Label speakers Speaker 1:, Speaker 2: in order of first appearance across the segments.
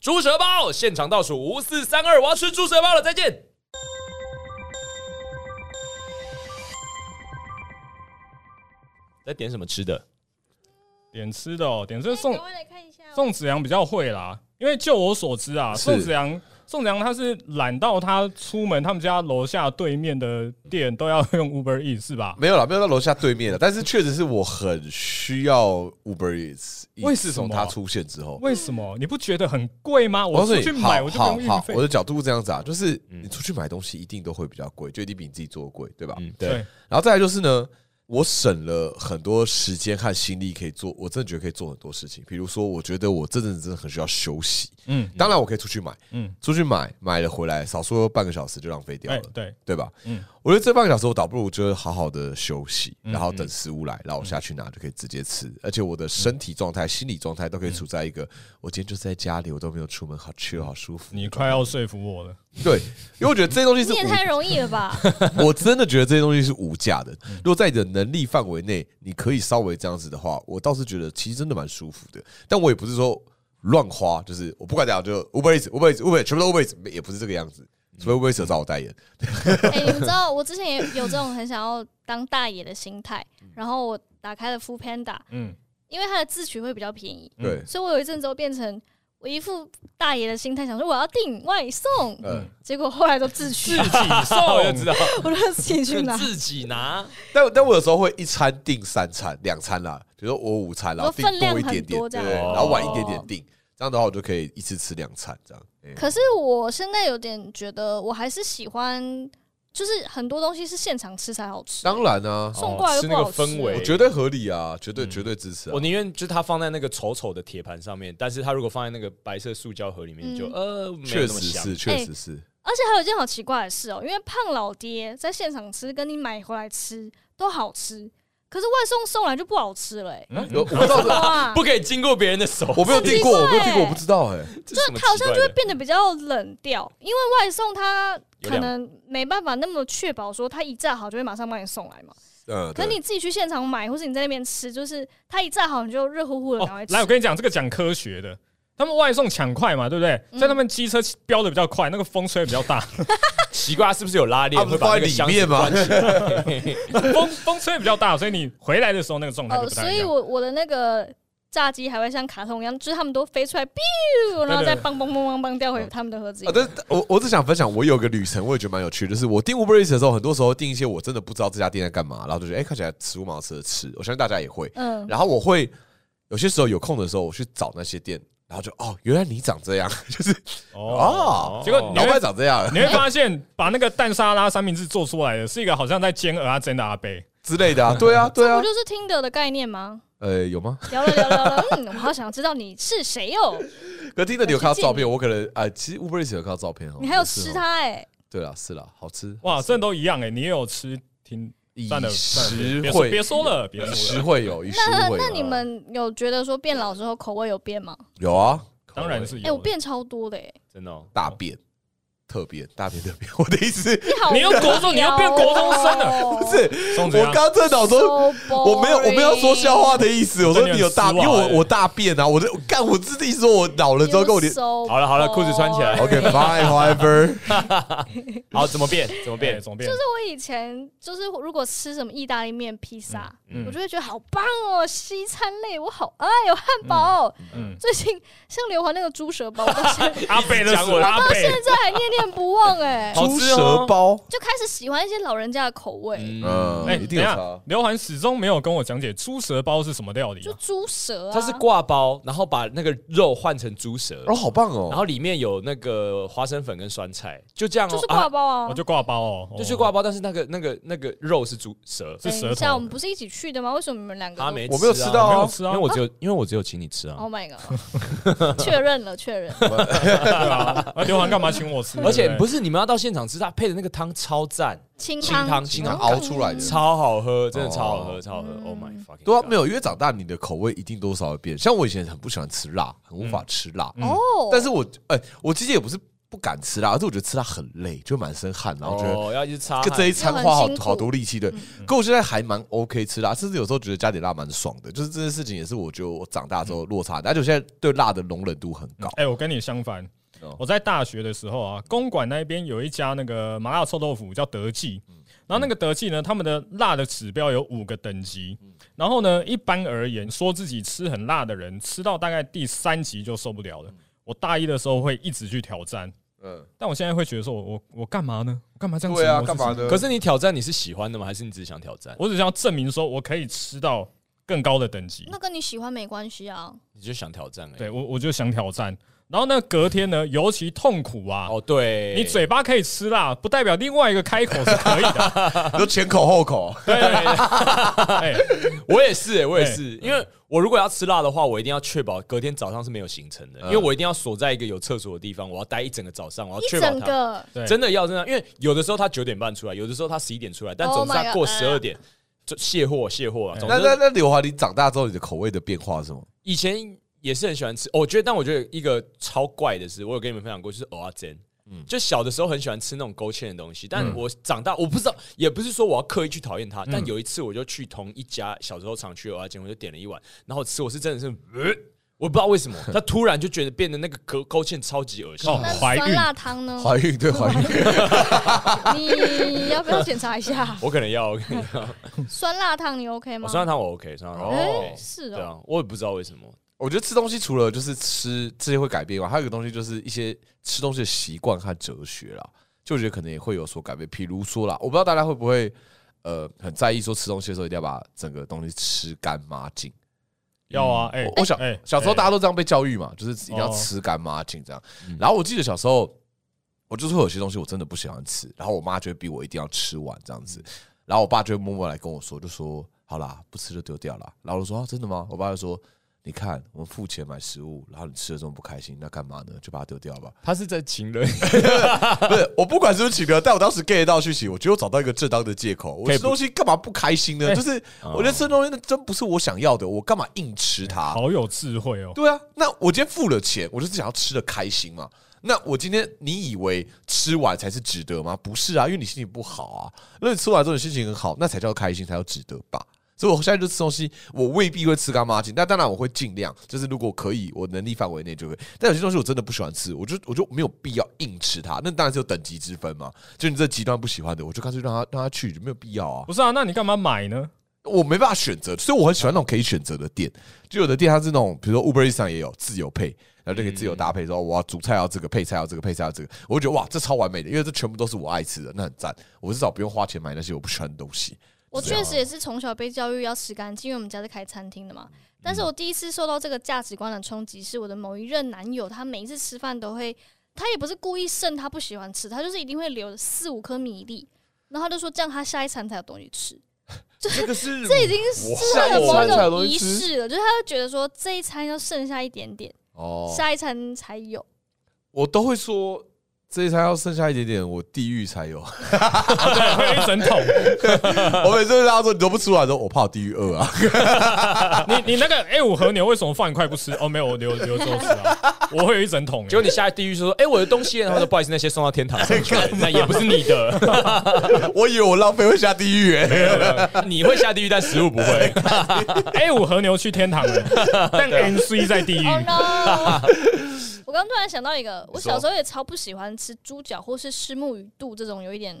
Speaker 1: 猪舌包，现场倒数五四三二，我要吃猪舌包了，再见。在点什么吃的？
Speaker 2: 点吃的哦，点吃的宋
Speaker 3: 我来看一下哦，
Speaker 2: 宋子阳比较会啦，因为就我所知啊，
Speaker 1: 是
Speaker 2: 宋子阳宋子阳他是懒到他出门他们家楼下对面的店都要用 Uber E 是吧？
Speaker 4: 没有啦，没有到楼下对面了，但是确实是我很需要 Uber Eats，
Speaker 2: 为什
Speaker 4: 自
Speaker 2: 么
Speaker 4: 从它出现之后，
Speaker 2: 为什么你不觉得很贵
Speaker 1: 哦
Speaker 2: 吗？
Speaker 4: 我告
Speaker 2: 我
Speaker 4: 诉
Speaker 2: 出
Speaker 4: 你，
Speaker 2: 去买
Speaker 4: 好
Speaker 2: 我就不
Speaker 4: 好
Speaker 2: 用运
Speaker 4: 好，我
Speaker 2: 费，
Speaker 4: 的角度是这样子啊，就是
Speaker 1: 嗯
Speaker 4: 你出去买东西一定都会比较贵，就一定比你自己做的贵，对吧？
Speaker 1: 嗯，
Speaker 2: 对
Speaker 1: 对，，
Speaker 4: 然后再来就是呢，我省了很多时间和心力，可以做，我真的觉得可以做很多事情。比如说，我觉得我这阵子真的很需要休息，
Speaker 2: 嗯
Speaker 4: 当然我可以出去买，
Speaker 2: 嗯，
Speaker 4: 出去买买了回来，少说半个小时就浪费掉
Speaker 2: 哎
Speaker 4: 了，
Speaker 2: 对，
Speaker 4: 对吧？
Speaker 2: 嗯
Speaker 4: 我觉得这半个小时我倒不如就是好好的休息，然后等食物来，然后
Speaker 2: 嗯
Speaker 4: 我下去拿就可以直接吃，而且我的身体状态、心理状态都可以处在一个我今天就是在家里，我都没有出门，好 chill 好舒服。
Speaker 2: 你快要说服我 了，
Speaker 4: 对，因为我觉得这些东西是
Speaker 3: 你也太容易了吧？
Speaker 4: 无，我真的觉得这些东西是无价的。如果在你的能力范围内，你可以稍微这样子的话，我倒是觉得其实真的蛮舒服的。但我也不是说乱花，就是我不管怎样，就 Uber Eats、Uber Eats、Uber Eats 全部都 Uber Eats，也不是这个样子。除非 Uber Eats 有找我代言，
Speaker 3: 哎、你们知道我之前也有这种很想要当大爷的心态，然后我打开了 Food Panda，
Speaker 2: 嗯，
Speaker 3: 因为它的自取会比较便宜，
Speaker 2: 嗯
Speaker 4: 对，
Speaker 3: 所以我有一阵子都变成我一副大爷的心态，想说我要订外送，
Speaker 4: 嗯。
Speaker 3: 结果后来都自取
Speaker 2: 自，己
Speaker 1: 我就
Speaker 2: 送
Speaker 1: 知，道，
Speaker 3: 我都自己去拿。
Speaker 1: 自己拿。
Speaker 4: 但但我有时候会一餐订三餐、两餐啦，比如说我午餐然后
Speaker 3: 说
Speaker 4: 订
Speaker 3: 分量
Speaker 4: 一点
Speaker 3: 很
Speaker 4: 点，
Speaker 3: 多这
Speaker 4: 对，
Speaker 3: 样
Speaker 4: 然后晚一点点订，这样的话我就可以一次吃两餐这样。嗯
Speaker 3: 可是我现在有点觉得，我还是喜欢，就是很多东西是现场吃才好吃。
Speaker 4: 当然啊，
Speaker 3: 送过来又
Speaker 1: 是那
Speaker 3: 不
Speaker 1: 个
Speaker 3: 好吃
Speaker 1: 氛围
Speaker 4: 我绝对合理啊，绝对
Speaker 1: 嗯
Speaker 4: 绝对支持啊
Speaker 1: 我。宁愿就是它放在那个丑丑的铁盘上面，但是它如果放在那个白色塑胶盒里面，
Speaker 3: 嗯
Speaker 1: 就呃，没有
Speaker 4: 确
Speaker 1: 那么
Speaker 4: 实
Speaker 1: 香
Speaker 4: 是，确实是，
Speaker 3: 而且还有一件好奇怪的事哦、因为胖老爹在现场吃跟你买回来吃都好吃，可是外送送来就不好吃了、欸。
Speaker 2: 嗯
Speaker 4: 有我不知道是，
Speaker 3: 哇，
Speaker 1: 不可以经过别人的手。
Speaker 4: 我没有订过，
Speaker 3: 很
Speaker 4: 我
Speaker 3: 奇怪欸
Speaker 4: 没有订过，我不知道哎。
Speaker 1: 这是什么
Speaker 3: 它好
Speaker 1: 奇
Speaker 3: 像
Speaker 1: 怪
Speaker 3: 就会
Speaker 1: 的
Speaker 3: 变得比较冷掉，因为外送它
Speaker 1: 有
Speaker 3: 可
Speaker 1: 两
Speaker 3: 能没办法那么确保说它一炸好就会马上帮你送来嘛。
Speaker 4: 嗯，
Speaker 3: 可
Speaker 4: 对
Speaker 3: 你自己去现场买，或是你在那边吃，就是它一炸好你就热乎乎的
Speaker 2: 哦
Speaker 3: 拿来，吃。
Speaker 2: 来，我跟你讲，这个讲科学的，他们外送抢快嘛，对不对？
Speaker 3: 嗯
Speaker 2: 在他们机车飙的比较快，那个风吹的比较大，
Speaker 1: 奇怪，是不是有拉链
Speaker 4: 他不
Speaker 1: 会
Speaker 4: 是
Speaker 1: 把那个
Speaker 4: 放
Speaker 1: 箱
Speaker 4: 在里
Speaker 1: 子
Speaker 4: 面吗
Speaker 1: 关起来？
Speaker 2: 风风吹的比较大，所以你回来的时候那个状态就
Speaker 3: 哦，
Speaker 2: 不太
Speaker 3: 所
Speaker 2: 一
Speaker 3: 以
Speaker 2: 样。
Speaker 3: 我我的那个炸鸡还会像卡通一样，就是他们都飞出来，biu，然后再梆梆梆梆梆掉回他们的盒子 里
Speaker 4: 啊，。但是我我只想分享，我有个旅程，我也觉得蛮有趣的。就是我订 Uber Eats 的时候，很多时候订一些我真的不知道这家店在干嘛，然后就觉得哎，看起来食物蛮好吃的吃。我相信大家也会，
Speaker 3: 嗯，
Speaker 4: 然后我会有些时候有空的时候，我去找那些店，然后就哦，原来你长这样，就是 哦，
Speaker 2: 结果你
Speaker 4: 老板长这样
Speaker 2: 你会发现，把那个蛋沙拉三明治做出来的是一个好像在煎鹅啊煎的阿贝，
Speaker 4: 之类的啊，对啊，对
Speaker 3: 不
Speaker 4: 啊，
Speaker 3: 就是听的的概念吗？
Speaker 4: 呃，有吗？
Speaker 3: 聊了聊了聊 了，嗯，我好想知道你是谁哦哟，
Speaker 4: 可听着你有看到照片，我可能啊，其实 Uber Eats 有看到照片哦，
Speaker 3: 你还有
Speaker 4: 也是哦
Speaker 3: 吃？它哎，
Speaker 4: 对啦，是啦，好吃
Speaker 2: 哇，这都一样哎、你也有吃听，
Speaker 4: 以
Speaker 2: 算了算了，
Speaker 4: 实
Speaker 2: 别说
Speaker 4: 惠
Speaker 2: 别，说了，别
Speaker 4: 以
Speaker 2: 说
Speaker 4: 实
Speaker 2: 了，
Speaker 4: 惠有，以实
Speaker 3: 那
Speaker 4: 惠有啊
Speaker 3: 那你们有觉得说变老之后口味有变吗？
Speaker 4: 有啊？
Speaker 2: 当然是有
Speaker 3: 哎、
Speaker 2: 的。
Speaker 3: 我变超多的哎、
Speaker 1: 真的哦，
Speaker 4: 大便、特变、大便、特变， 我的意思是
Speaker 3: 你好无聊 哦，
Speaker 2: 你又国中你又变国中生啊了
Speaker 3: 不
Speaker 4: 不是，
Speaker 2: 松子
Speaker 4: 我
Speaker 2: 呀，
Speaker 4: 刚正脑中我没有，我没有说笑话的意思。我说你有大，
Speaker 2: 我
Speaker 4: 因
Speaker 2: 对
Speaker 4: 为
Speaker 2: 你很失望欸
Speaker 4: 我我大便啊，我的我干，我自己说我老了之后跟我连。
Speaker 1: 好了好了裤子穿起来
Speaker 2: 哦
Speaker 4: OK fine however，
Speaker 1: 好，怎么变？怎么
Speaker 2: 变
Speaker 1: 变？
Speaker 2: 哎怎么变？
Speaker 3: 我以前就是如果吃什么意大利面、披萨，
Speaker 2: 嗯
Speaker 3: 我就会觉得好棒哦，西餐类我好爱哦，汉堡哦。
Speaker 2: 嗯，
Speaker 3: 最近像刘环那个猪舌包，我到现
Speaker 2: 阿贝的
Speaker 1: 讲我
Speaker 2: 死阿贝
Speaker 3: 现在还念念不忘哎、
Speaker 1: 好
Speaker 4: 猪
Speaker 1: 吃哦
Speaker 4: 舌包，
Speaker 3: 就开始喜欢一些老人家的口味，
Speaker 1: 嗯，
Speaker 2: 哎，
Speaker 4: 嗯，一定有
Speaker 2: 等
Speaker 4: 差
Speaker 2: 一下。刘涵始终没有跟我讲解猪舌包是什么料理
Speaker 3: 就
Speaker 2: 啊、
Speaker 3: 猪舌、啊。
Speaker 1: 它是挂包，然后把那个肉换成猪舌
Speaker 4: 哦，，好棒
Speaker 1: 然
Speaker 4: 哦！
Speaker 1: 后里面有那个花生粉跟酸菜，就这样
Speaker 3: 就
Speaker 1: 哦
Speaker 3: 是，挂
Speaker 1: 啊，
Speaker 3: 包啊。
Speaker 2: 我就挂包哦，哦
Speaker 1: 就去挂包，但是那个那个那个肉是猪舌，
Speaker 2: 是舌
Speaker 3: 等一下，
Speaker 2: 头
Speaker 3: 我们不是一起去的吗？为什么你们两个都？
Speaker 1: 他没
Speaker 4: 我没有吃到
Speaker 2: 没有
Speaker 4: 啊，
Speaker 2: 吃
Speaker 1: 因
Speaker 2: 啊
Speaker 1: 为，我只有因为我只有请你吃啊，
Speaker 3: Oh my god！确认了，确认。
Speaker 2: 对啊，那刘涵干嘛请我吃？
Speaker 1: 而且
Speaker 2: 对
Speaker 1: 不是你们要到现场吃，它配的那个汤超赞，
Speaker 3: 清
Speaker 1: 清汤清汤
Speaker 4: 熬出来的
Speaker 1: 超好喝，真的超好喝，
Speaker 4: 哦
Speaker 1: 超好喝
Speaker 3: 嗯
Speaker 1: ！Oh my fucking，
Speaker 4: 对啊，
Speaker 1: God
Speaker 4: 没有，因为长大你的口味一定多少会变。像我以前很不喜欢吃辣，很无法吃辣，
Speaker 2: 嗯
Speaker 3: 哦。
Speaker 4: 但是我哎，我其实也不是
Speaker 1: 不敢吃辣，而是我觉得吃辣很累，就满身汗，然后觉得
Speaker 4: 哦，要一直擦汗，
Speaker 1: 跟这一餐花
Speaker 3: 就很辛
Speaker 1: 好
Speaker 3: 苦
Speaker 1: 好多力气。对，可我现在还蛮 OK 吃辣，甚至有时候觉得加点辣蛮爽的。就是这件事情也是我觉得我长大之后落差很大，而且我现在对辣的容忍度很高。
Speaker 2: 哎、我跟你相反
Speaker 1: 哦，
Speaker 2: 我在大学的时候啊，公馆那边有一家那个麻辣臭豆腐叫德记，
Speaker 1: 嗯
Speaker 2: 然后那个德记呢，他们的辣的指标有五个等级，
Speaker 1: 嗯
Speaker 2: 然后呢，一般而言，说自己吃很辣的人，吃到大概第三级就受不了了。我大一的时候会一直去挑战，
Speaker 1: 嗯，
Speaker 2: 但我现在会觉得说我，我我干嘛呢？我干嘛这样折
Speaker 1: 对啊，
Speaker 2: 磨自
Speaker 1: 干
Speaker 2: 己
Speaker 1: 嘛？呢？
Speaker 4: 可是你挑战你是喜欢的吗？还是你只是想挑战？
Speaker 2: 我只想要证明说我可以吃到更高的等级。
Speaker 3: 那跟你喜欢没关系啊。
Speaker 4: 你就想挑战而已。
Speaker 2: 对我，我就想挑战。然后呢，隔天呢，尤其痛苦啊，
Speaker 4: 哦，对，
Speaker 2: 你嘴巴可以吃辣，不代表另外一个开口是可以的。
Speaker 1: 你说前口后口，
Speaker 2: 对 对对，哎
Speaker 4: 我也是、 欸，我也是，因为我如果要吃辣的话，我一定要确保隔天早上是没有行程的，
Speaker 2: 嗯
Speaker 4: 因为我一定要锁在一个有厕所的地方，我要待一整个早上，我要
Speaker 3: 一
Speaker 4: 哦确保
Speaker 3: 整
Speaker 4: 它。
Speaker 3: 个
Speaker 2: 对，
Speaker 4: 真的要这样，因为有的时候他九点半出来，有的时候他十一点出来，但
Speaker 3: Oh
Speaker 4: 总之
Speaker 3: my
Speaker 4: 他
Speaker 3: God，
Speaker 4: 过
Speaker 3: 哎呀
Speaker 4: 十二点就卸货卸货啊了。总
Speaker 3: 哎
Speaker 1: 那那
Speaker 4: 之
Speaker 1: 那刘华，你长大之后你的口味的变化是什么？
Speaker 4: 以前也是很喜欢吃，哦我觉得但我觉得一个超怪的是，我有跟你们分享过，就是蚵仔煎。就小的时候很喜欢吃那种勾芡的东西，但我长大我不知道，也不是说我要刻意去讨厌它，但有一次我就去同一家小时候常去的蚵仔煎，我就点了一碗，然后吃我是真的是，呃我不知道为什么，他突然就觉得变得那个勾勾芡超级恶心，
Speaker 2: 哦
Speaker 3: 那
Speaker 2: 怀
Speaker 3: 酸
Speaker 2: 孕
Speaker 3: 辣汤呢？
Speaker 1: 怀孕对怀孕，
Speaker 3: 你要不要检查 一下
Speaker 4: 我可能要，我可
Speaker 3: 嗯
Speaker 4: 能要，
Speaker 3: 酸辣汤？你 OK
Speaker 4: 我
Speaker 3: 吗？
Speaker 4: 酸辣汤我 OK，酸辣汤我
Speaker 3: 哎
Speaker 4: OK，
Speaker 3: 是
Speaker 4: 对
Speaker 3: 哦，
Speaker 4: 啊，我也不知道为什么，
Speaker 1: 我觉得吃东西除了就是吃这些会改变以外，还有一个东西就是一些吃东西的习惯和哲学啦，就我觉得可能也会有所改变。比如说啦，我不知道大家会不会呃很在意说吃东西的时候一定要把整个东西吃干抹净。
Speaker 2: 要啊，哎，
Speaker 1: 我我小
Speaker 2: 哎
Speaker 1: 小时候大
Speaker 2: 哎哦嗯
Speaker 1: 家都这样被教育嘛，就是一定要吃干抹净这样。然后我记得小时候，我就是会有些东西我真的不喜欢吃，然后我妈就会逼我一定要吃完这样
Speaker 2: 嗯
Speaker 1: 子，然后我爸就会默默来跟我说，就说好啦，不吃就丢掉啦。然后我说、啊、真的吗？我爸就说。你看，我们付钱买食物，然后你吃了这么不开心，那干嘛呢？就把它丢掉吧。
Speaker 4: 他是在情人
Speaker 1: 不是，我不管是不是请客，但我当时 get 到讯息，我觉得我找到一个正当的借口。我
Speaker 4: 可以
Speaker 1: 吃
Speaker 4: 不
Speaker 1: 东西干嘛不开心呢？
Speaker 2: 哎
Speaker 1: 就是我觉得吃东西那真不是我想要的，我干嘛硬吃它？
Speaker 2: 哎好有智慧哦。
Speaker 1: 对啊，那我今天付了钱，我就是想要吃的开心嘛。那我今天你以为吃完才是值得吗？不是啊，因为你心情不好啊。那你吃完之后你心情很好，那才叫开心，才叫值得吧。所以我现在就吃东西，我未必会吃干抹净，但当然我会尽量，就是如果可以，我能力范围内就会。但有些东西我真的不喜欢吃，我就我就没有必要硬吃它。那当然是有等级之分嘛，就你这极端不喜欢的，我就干脆让它让它去，就没有必要啊。
Speaker 2: 不是啊，那你干嘛买呢？
Speaker 1: 我没办法选择，所以我很喜欢那种可以选择的店。就有的店它是那种，比如说 Uber Eats 上也有自由配，然后就可以自由搭配，说我要主菜要这个，配菜要这个，配菜要这个，我就觉得哇，这超完美的，因为这全部都是我爱吃的，那很赞。我至少不用花钱买那些我不喜欢的东西。
Speaker 3: 我确实也是从小被教育要吃干净，因为我们家是开餐厅的嘛。但
Speaker 1: 嗯
Speaker 3: 是我第一次受到这个价值观的冲击，是我的某一任男友，他每一次吃饭都会，他也不是故意剩他不喜欢吃，他就是一定会留四五颗米粒，然后他就说这样他下一餐才有东西吃。
Speaker 1: 这个是
Speaker 3: 这已经是他的
Speaker 1: 下一餐才
Speaker 3: 某
Speaker 1: 有东
Speaker 3: 种
Speaker 1: 西
Speaker 3: 仪
Speaker 1: 吃
Speaker 3: 式了，就是他就觉得说这一餐要剩下一点点，
Speaker 1: 哦，
Speaker 3: 下一餐才有。
Speaker 1: 我都会说这一餐要剩下一点点，我 地狱才有。
Speaker 2: 对，会有一整桶。
Speaker 1: 我每次跟大家说你都不吃完，说我怕我地狱 饿啊。
Speaker 2: 你你那个 A 五和牛为什么放一块不吃？哦，没有，我留留着我吃啊。我会有一整桶。
Speaker 4: 结果你下地狱说：“哎、我的东西。”然 后说：“不好意思，那些送到天堂上去了，那也不是你的。
Speaker 1: 我以为我浪费会下地狱、欸，
Speaker 4: 你会下地狱，但食物不会。
Speaker 2: A 哎五和牛去天堂了，但
Speaker 1: 啊
Speaker 2: NC 在地狱。
Speaker 3: Oh no！我 刚突然想到一个，我
Speaker 1: 说
Speaker 3: 小时候也超不喜欢吃猪脚或是虱目鱼肚这种有一点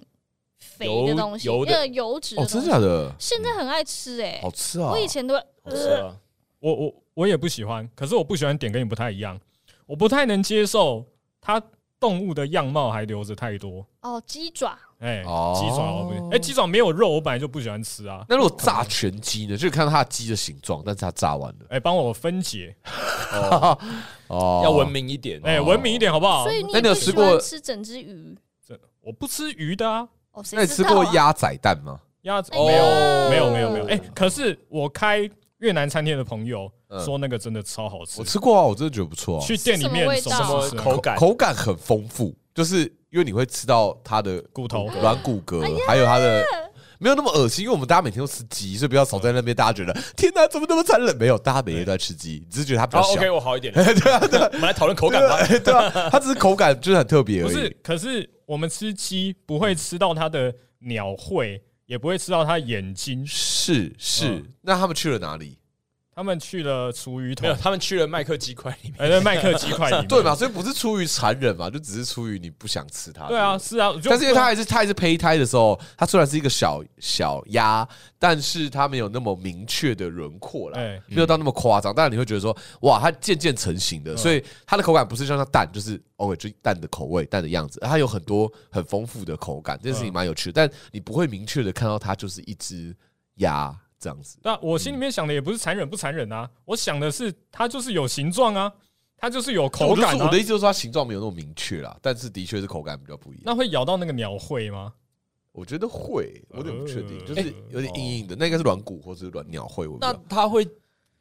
Speaker 3: 肥的
Speaker 4: 油
Speaker 3: 东西，
Speaker 4: 油的
Speaker 3: 那个油脂东
Speaker 1: 哦，真
Speaker 3: 西。
Speaker 1: 假的？
Speaker 3: 现在很爱吃哎、
Speaker 1: 好吃啊！
Speaker 3: 我以前都会”
Speaker 4: 是啊，
Speaker 2: 我我我也不喜欢，可是我不喜欢点跟你不太一样，我不太能接受它动物的样貌还留着太多。
Speaker 3: 哦鸡爪，
Speaker 2: 哎、
Speaker 1: 哦
Speaker 2: 鸡爪我不行，哎、鸡爪没有肉，我本来就不喜欢吃啊。
Speaker 1: 那如果炸全鸡呢？就是看到它的鸡的形状，但是它炸完了
Speaker 2: 哎、帮我分解，
Speaker 1: 哦
Speaker 4: 要文明一点。
Speaker 2: 哎、文明一点好不好？
Speaker 3: 所以你
Speaker 1: 那
Speaker 3: 也
Speaker 1: 你有
Speaker 3: 不
Speaker 1: 吃
Speaker 3: 喜
Speaker 1: 过
Speaker 3: 欢吃整只鱼
Speaker 2: 这我不吃鱼的啊，
Speaker 3: 哦？谁
Speaker 1: 那你
Speaker 3: 知
Speaker 1: 吃
Speaker 3: 道
Speaker 1: 过
Speaker 3: 啊？
Speaker 1: 鸭仔蛋吗？
Speaker 2: 鸭子、
Speaker 3: 哎呀
Speaker 2: 没有，没有，没有，没有。哎、可是我开越南餐厅的朋友
Speaker 1: 嗯
Speaker 2: 说那个真的超好吃，
Speaker 1: 我吃过啊，我真的觉得不错啊，
Speaker 2: 去店里面
Speaker 3: 是什么味道
Speaker 2: 什么
Speaker 4: 什么
Speaker 2: 口
Speaker 4: 口感
Speaker 1: 口感很丰富，就是因为你会吃到它的
Speaker 2: 骨头
Speaker 3: 哎
Speaker 1: 软骨骼，还有它的没有那么恶心，因为我们大家每天都吃鸡，所以不要少在那边大家觉得天哪，怎么那么残忍？没有，大家每天都在吃鸡，只是觉得它比
Speaker 4: 好
Speaker 1: 较小
Speaker 4: ，OK，。我好一 点了。我们来讨论口感吧。
Speaker 1: 啊对对啊，它只是口感就是很特别
Speaker 2: 不
Speaker 1: 而
Speaker 2: 是
Speaker 1: 已。，
Speaker 2: 可是我们吃鸡不会吃到它的鸟喙，也不会吃到它眼睛。
Speaker 1: 是是，那他们去了哪里？
Speaker 2: 他们去了厨余
Speaker 4: 没
Speaker 2: 桶
Speaker 4: 有，，他们去了麦克鸡块里面。
Speaker 2: 哎，对，麦克鸡块里面。
Speaker 1: 对嘛？？所以不是出于残忍嘛，就只是出于你不想吃它。
Speaker 2: 对啊，是啊，就
Speaker 1: 但是因为它还是它还是胚胎的时候，它虽然是一个小小鸭，但是它没有那么明确的轮廓啦，
Speaker 2: 哎
Speaker 1: 没有到那么夸张。当然你会觉得说，哇，它渐渐成型
Speaker 2: 嗯
Speaker 1: 的，所以它的口感不是像像蛋，就是 OK，就是蛋的口味、蛋的样子，它有很多很丰富的口感，这件事
Speaker 2: 嗯
Speaker 1: 情蛮有趣的。但你不会明确的看到它就是一只鸭这样子。
Speaker 2: 那我心里面想的也不是残忍不残忍啊，我想的是它就是有形状啊，它就是有口
Speaker 1: 我就
Speaker 2: 感
Speaker 1: 是
Speaker 2: 啊
Speaker 1: 我的。意思就是说，它形状没有那么明确啦，但是的确是口感比较不一样。
Speaker 2: 那会咬到那个鸟喙吗？
Speaker 1: 我觉得会，我有点不确定，
Speaker 2: 呃
Speaker 1: 就是有点硬硬的，那应该是软骨或是软鸟会。我不 知
Speaker 4: 那
Speaker 1: 道
Speaker 4: 他会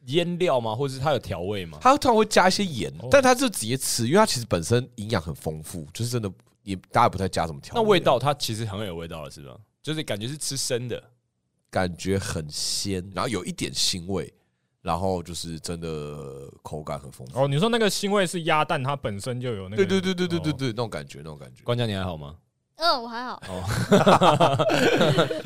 Speaker 4: 腌料吗？或者是他有调味吗？
Speaker 1: 它通常会加一些盐
Speaker 2: 哦，
Speaker 1: 但它就直接吃，因为它其实本身营养很丰富，就是真的也大家也不太加什么调。
Speaker 4: 那味道它其实很有味道的，是吧？就是感觉是吃生的。
Speaker 1: 感觉很鲜，然后有一点腥味，然后就是真的口感很丰富。
Speaker 2: 哦，你说那个腥味是鸭蛋它本身就有那个？
Speaker 1: 对对对对对对
Speaker 2: 哦
Speaker 1: 对，那种感觉，那种感觉。
Speaker 4: 关家你还好 吗？
Speaker 3: 嗯，我还好。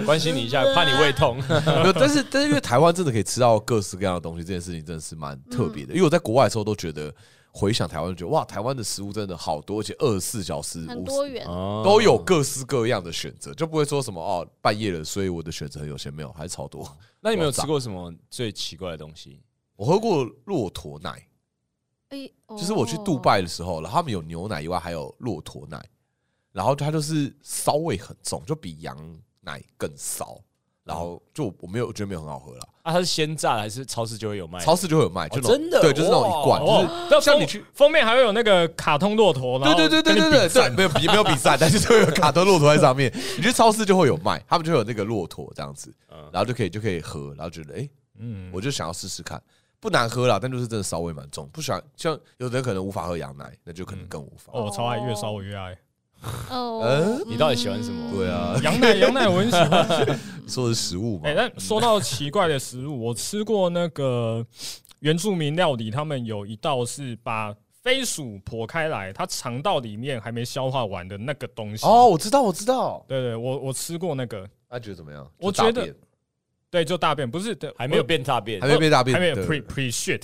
Speaker 4: 关心你一下，怕你胃 痛。
Speaker 1: 没有，但是但是因为台湾真的可以吃到各式各样的东西，这件事情真的是蛮特别的。
Speaker 2: 嗯
Speaker 1: 因为我在国外的时候都觉得，回想台湾就觉得哇，台湾的食物真的好多，而且二十四小时
Speaker 3: 很
Speaker 1: 无
Speaker 3: 多嗯元。
Speaker 4: 哦
Speaker 1: 都有各式各样的选择，就不会说什么哦半夜了，所以我的选择很有限，没有，还是超多。
Speaker 4: 那你们有吃过什么最奇怪的东西？
Speaker 1: 我喝过骆驼奶，
Speaker 3: 哎，就
Speaker 1: 就是我去杜，拜的时候，然后他们有牛奶以外还有骆驼奶，然后它就是骚味很重，就比羊奶更骚。然后就我没有，我觉得没有很好喝啦。
Speaker 4: 啊，它是鲜榨的还是超市就会有卖？
Speaker 1: 超市就会有卖，就
Speaker 4: 哦
Speaker 1: 那种
Speaker 4: 真的
Speaker 1: 对，就是那种一罐，
Speaker 4: 哇
Speaker 1: 就是
Speaker 2: 哦那
Speaker 1: 像
Speaker 2: 封
Speaker 1: 你去
Speaker 2: 封面还会有那个卡通骆驼，然后
Speaker 1: 对对对
Speaker 2: 跟
Speaker 1: 对
Speaker 2: 你
Speaker 1: 对对
Speaker 2: 比赞
Speaker 1: 对，没有比没有比赛，但是 就有卡通骆驼在上面。你去超市就会有卖，他们就会有那个骆驼这样子，
Speaker 4: 嗯
Speaker 1: 然后就可以就可以喝，然后觉得哎、诶
Speaker 2: 嗯，
Speaker 1: 我就想要试试看，不难喝啦，但就是真的稍微蛮重，不想像有的人可能无法喝羊奶，那就可能更无法。
Speaker 2: 哦，我超爱，越烧我越 爱。
Speaker 3: 哦
Speaker 1: 嗯，
Speaker 4: 你到底喜欢什么
Speaker 1: 对啊，
Speaker 2: 羊奶，羊奶我很喜欢。
Speaker 1: 说的是食物嘛
Speaker 2: 哎、，但说到奇怪的食物，我吃过那个原住民料理，他们有一道是把飞鼠剖开来，它肠道里面还没消化完的那个东西。
Speaker 1: 哦，，我知道我知道，
Speaker 2: 对对，我我吃过那个，
Speaker 1: 那、啊觉得怎么样？
Speaker 2: 我
Speaker 1: 就大
Speaker 2: 觉得
Speaker 1: 便
Speaker 2: 对，就大便，不是的，
Speaker 4: 还没有变大便
Speaker 1: 还，没被大
Speaker 2: 我，
Speaker 1: 便，
Speaker 2: 还没有
Speaker 1: 对
Speaker 2: pre pre shit。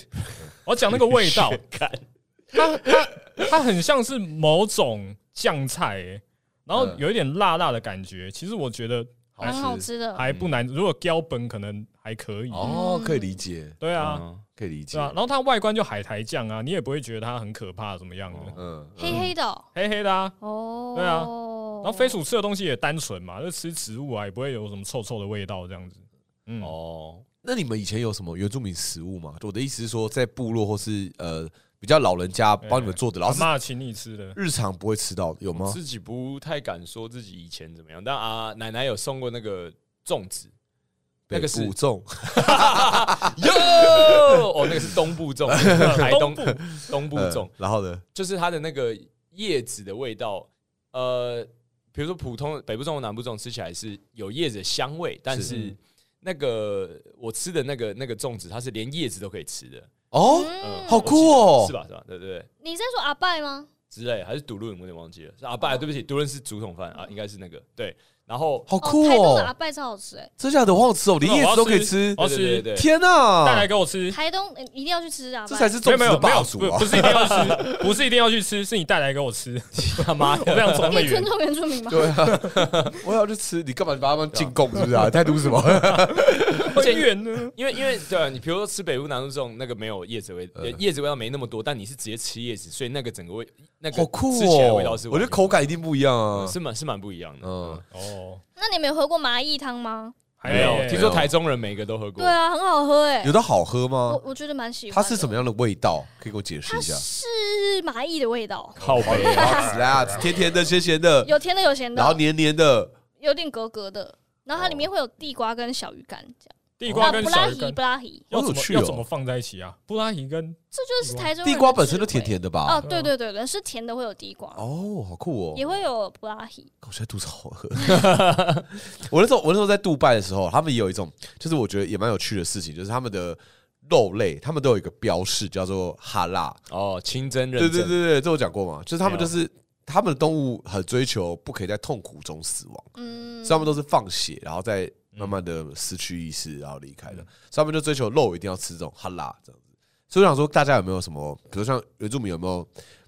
Speaker 2: 我讲那个味 道，
Speaker 4: 看
Speaker 2: 它它它很像是某种酱菜、欸，然后
Speaker 1: 嗯
Speaker 2: 有一点辣辣的感觉。其实我觉得
Speaker 3: 蛮好吃的。
Speaker 2: 还不难，如果标本可能还可以。
Speaker 1: 哦，可以理解，
Speaker 2: 对啊，
Speaker 4: 嗯
Speaker 1: 可以理解
Speaker 2: 对啊，，然后它外观就海苔酱啊，你也不会觉得它很可怕怎么样的，
Speaker 4: 哦
Speaker 1: 嗯，
Speaker 3: 黑黑的哦
Speaker 2: 黑黑的啊。
Speaker 3: 哦，
Speaker 2: 对啊然后飞鼠吃的东西也单纯嘛，就吃植物啊，也不会有什么臭臭的味道这样子。嗯，
Speaker 4: 哦，
Speaker 1: 那你们以前有什么原住民食物吗？我的意思是说，在部落或是呃比较老人家帮你们做的，然
Speaker 2: 哎阿
Speaker 1: 后是
Speaker 2: 妈请你吃的，
Speaker 1: 日常不会吃到的，有吗？
Speaker 4: 自己不太敢说自己以前怎么样，但啊，奶奶有送过那个粽子，那个是
Speaker 1: 北部粽，
Speaker 4: 哟，哦，那个是东部粽，台东
Speaker 2: 东部嗯
Speaker 4: 东部
Speaker 1: 呃
Speaker 4: 粽，
Speaker 1: 然后呢？
Speaker 4: 就是它的那个叶子的味道，呃，比如说普通的北部粽和南部粽吃起来是有叶子的香味，但是那个我吃的那个那个粽子，它是连叶子都可以吃的，
Speaker 1: 哦，
Speaker 4: 嗯，
Speaker 1: 好酷哦
Speaker 4: 我记得是吧？是吧？对对对，
Speaker 3: 你在说阿拜吗？
Speaker 4: 之类还是独论，我有点忘记了，是阿拜，对不起，独论是竹筒饭啊，应该是那个对，然后
Speaker 1: 好
Speaker 3: 哦
Speaker 1: 酷
Speaker 3: 台东的阿
Speaker 1: 哦！
Speaker 3: 拜超好吃哎，
Speaker 1: 真假的，我好吃哦，连叶子都可以吃
Speaker 2: 我。要
Speaker 4: 对
Speaker 2: 吃
Speaker 4: 对对对，
Speaker 1: 天
Speaker 2: 带来
Speaker 1: 哪，
Speaker 2: 给我吃，
Speaker 3: 台东呃一定要去吃阿
Speaker 1: 啊这
Speaker 3: 拜
Speaker 1: 才。是
Speaker 2: 没有
Speaker 1: 粽子
Speaker 2: 没有
Speaker 1: 的
Speaker 2: 没有，
Speaker 1: 霸主
Speaker 2: 不
Speaker 1: 啊
Speaker 2: 不！是一定要吃， 不是一定要去吃，是你带来给我吃，
Speaker 4: 他妈
Speaker 2: 我不
Speaker 4: 的，
Speaker 2: 想走那 么
Speaker 3: 你
Speaker 2: 远
Speaker 3: 尊。重原住民吗？
Speaker 1: 对啊，我要去吃，你干嘛把他们进贡是不是啊？你在读什么？
Speaker 4: 而且
Speaker 2: 很远呢。
Speaker 4: 因为因为对啊，你比如说吃北部南部粽，那个没有叶子味，
Speaker 1: 嗯
Speaker 4: 呃叶子味道没那么多，但你是直接吃叶子，所以那个整个味那个
Speaker 1: 好酷
Speaker 4: 吃起来的
Speaker 1: 哦！
Speaker 4: 味道是
Speaker 1: 我觉得口感一定不一样
Speaker 4: 完全不一
Speaker 1: 啊
Speaker 4: 样。是蛮是蛮不一样的。
Speaker 1: 嗯
Speaker 4: 嗯，
Speaker 2: 哦，
Speaker 3: 那你们有喝过麻薏汤吗？
Speaker 2: 还
Speaker 4: 还有
Speaker 2: 欸
Speaker 4: 哎听说台中人每个都喝过
Speaker 3: 对，啊，很好喝哎
Speaker 1: 有，的好喝吗
Speaker 3: 我？我觉得蛮喜欢。
Speaker 1: 它是什么？样的味道？可以给我解释
Speaker 3: 它
Speaker 1: 一下？
Speaker 3: 是麻薏的味道，
Speaker 4: 靠北啊。
Speaker 1: 好 吃啦，甜甜的、咸咸的，
Speaker 3: 有甜的有咸
Speaker 1: 呃然后
Speaker 3: 的，
Speaker 1: 黏黏的。
Speaker 3: 有点格格的，然后它里面会有地瓜跟小鱼干这样。
Speaker 2: 地瓜
Speaker 3: 啊，
Speaker 2: 跟
Speaker 3: 布
Speaker 2: 小
Speaker 3: 拉
Speaker 2: 鱼
Speaker 3: 提
Speaker 2: 干
Speaker 3: 布拉提，
Speaker 2: 要
Speaker 1: 好有
Speaker 2: 怎么
Speaker 1: 趣哦
Speaker 2: 要怎么放在一起啊？布拉提跟
Speaker 3: 这就是台中人的
Speaker 1: 地瓜本身就
Speaker 3: 智慧
Speaker 1: 甜甜的
Speaker 2: 嗯
Speaker 3: 哦，
Speaker 1: 吧？
Speaker 3: 对对对对，是甜的会有地瓜，
Speaker 1: 哦，好酷哦！
Speaker 3: 也会有布拉提。
Speaker 1: 我现在肚子好饿。 我那时候我那时候在杜拜的时候，他们也有一种，就是我觉得也蛮有趣的事情，就是他们的肉类，他们都有一个标示叫做哈拉。
Speaker 4: 哦，清真认
Speaker 1: 对
Speaker 4: 证，
Speaker 1: 对对对，这我讲过嘛，就是他们
Speaker 2: 没
Speaker 1: 就
Speaker 2: 有
Speaker 1: 是他们的动物很追求不可以在痛苦中死亡，
Speaker 3: 嗯
Speaker 1: 所以，他们都是放血，然后再
Speaker 4: 嗯
Speaker 1: 慢慢的失去意识，然后离开的。所以他们就追求肉一定要吃这种哈拉这样子。所以我想说，大家有没有什么，比如像原住民有没有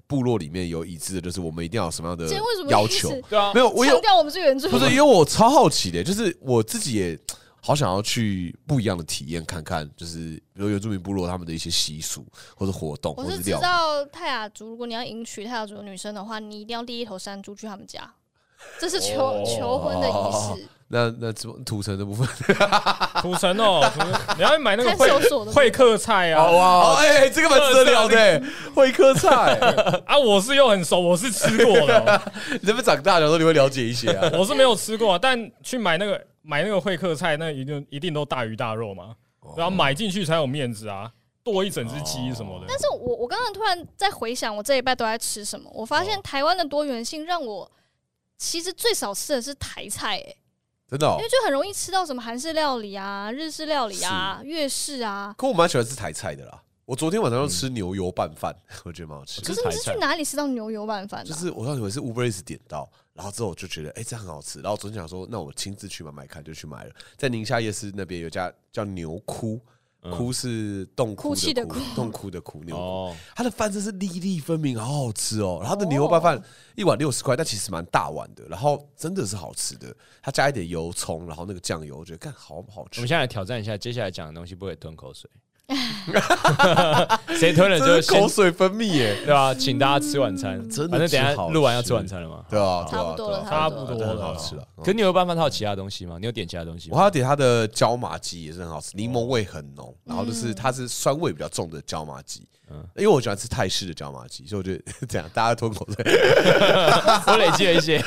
Speaker 1: 部落里面有已知的，就是我们一定要有什么样的
Speaker 3: 今天为什么
Speaker 1: 要
Speaker 3: 一直
Speaker 1: 求？
Speaker 4: 对啊
Speaker 1: 没，有，我有
Speaker 3: 强调我们是原住
Speaker 1: 不
Speaker 3: 民
Speaker 1: 是，因为我超好奇的，就是我自己也好想要去不一样的体验看看，就是比如原住民部落他们的一些习俗或者活动，或
Speaker 3: 我
Speaker 1: 者
Speaker 3: 是知
Speaker 1: 料理。
Speaker 3: 道泰雅族，如果你要迎娶泰雅族的女生的话，你一定要立一头山猪去他们家，这是求、
Speaker 2: 哦
Speaker 3: 求婚的仪式。
Speaker 1: 那那怎么土城的部分？
Speaker 2: 土城哦，土城你要买那个
Speaker 3: 看
Speaker 2: 会
Speaker 3: 守所的
Speaker 2: 会客菜啊
Speaker 1: 哦，哎，这 个蛮值得聊的，会客菜，
Speaker 2: 啊！我是又很熟，我是吃过的，哦
Speaker 1: 你这边长大了，说你会了解一些啊。
Speaker 2: 我是没有吃过，但去买那个买那个会客菜，那一定一定都大鱼大肉嘛，
Speaker 1: 哦
Speaker 2: 然后买进去才有面子啊，剁一整只鸡什么的。
Speaker 1: 哦
Speaker 3: 但是我我刚刚突然在回想我这一拜都在吃什么，我发
Speaker 1: 哦
Speaker 3: 现台湾的多元性让我其实最少吃的是台菜、欸，
Speaker 1: 真的哦
Speaker 3: 因为，就很容易吃到什么韩式料理啊、日式料理啊、粤式啊。
Speaker 1: 可我蛮喜欢吃台菜的啦。我昨天晚上要吃牛油拌饭， 我觉得蛮好吃。
Speaker 3: 可是你是去哪里吃到牛油拌饭的
Speaker 1: 就
Speaker 3: 啊、
Speaker 1: 是我刚以为是 Uber Eats 点到，然后之后我就觉得哎、这样很好吃，然后我昨天想说那我亲自去买买看，就去买了。在宁夏夜市那边有家叫牛窟，窟是洞窟
Speaker 3: 哭泣
Speaker 1: 的
Speaker 3: 的
Speaker 1: 窟
Speaker 3: 哭，
Speaker 1: 洞窟的窟牛窟。
Speaker 4: 哦，
Speaker 1: 它的饭真是粒粒分明，好好吃哦。然后它的牛肉拌饭一碗六十块，但其实蛮大碗的，然后真的是好吃的。它加一点油葱，然后那个酱油，我觉得看好好
Speaker 4: 我
Speaker 1: 吃
Speaker 4: 们现。在来挑战一下，接下来讲的东西不可以吞口 水，谁吞了就
Speaker 1: 真是
Speaker 4: 先
Speaker 1: 口水分泌耶，
Speaker 4: 对啊，请大家吃晚餐，
Speaker 1: 真的
Speaker 4: 反正等一下
Speaker 1: 吃好吃
Speaker 4: 录完要吃晚餐了嘛。
Speaker 1: 对啊，对
Speaker 3: 差
Speaker 1: 啊
Speaker 3: 不多了，
Speaker 1: 对啊
Speaker 2: 差
Speaker 3: 不
Speaker 2: 不
Speaker 3: 多
Speaker 2: 多
Speaker 1: 真的
Speaker 3: 了。
Speaker 1: 很好吃了。嗯
Speaker 4: 可是你有拌饭，它有其他东西吗？你有点其他东西
Speaker 1: 我
Speaker 4: 吗？
Speaker 1: 还有点它的椒麻鸡也是很好吃，柠
Speaker 2: 哦
Speaker 1: 檬味很浓，
Speaker 3: 嗯
Speaker 1: 然后就是它是酸味比较重的椒麻鸡。嗯，因为我喜欢吃泰式的椒麻鸡，所以我觉得 这样大家吞口 水。
Speaker 4: 我累积了一些，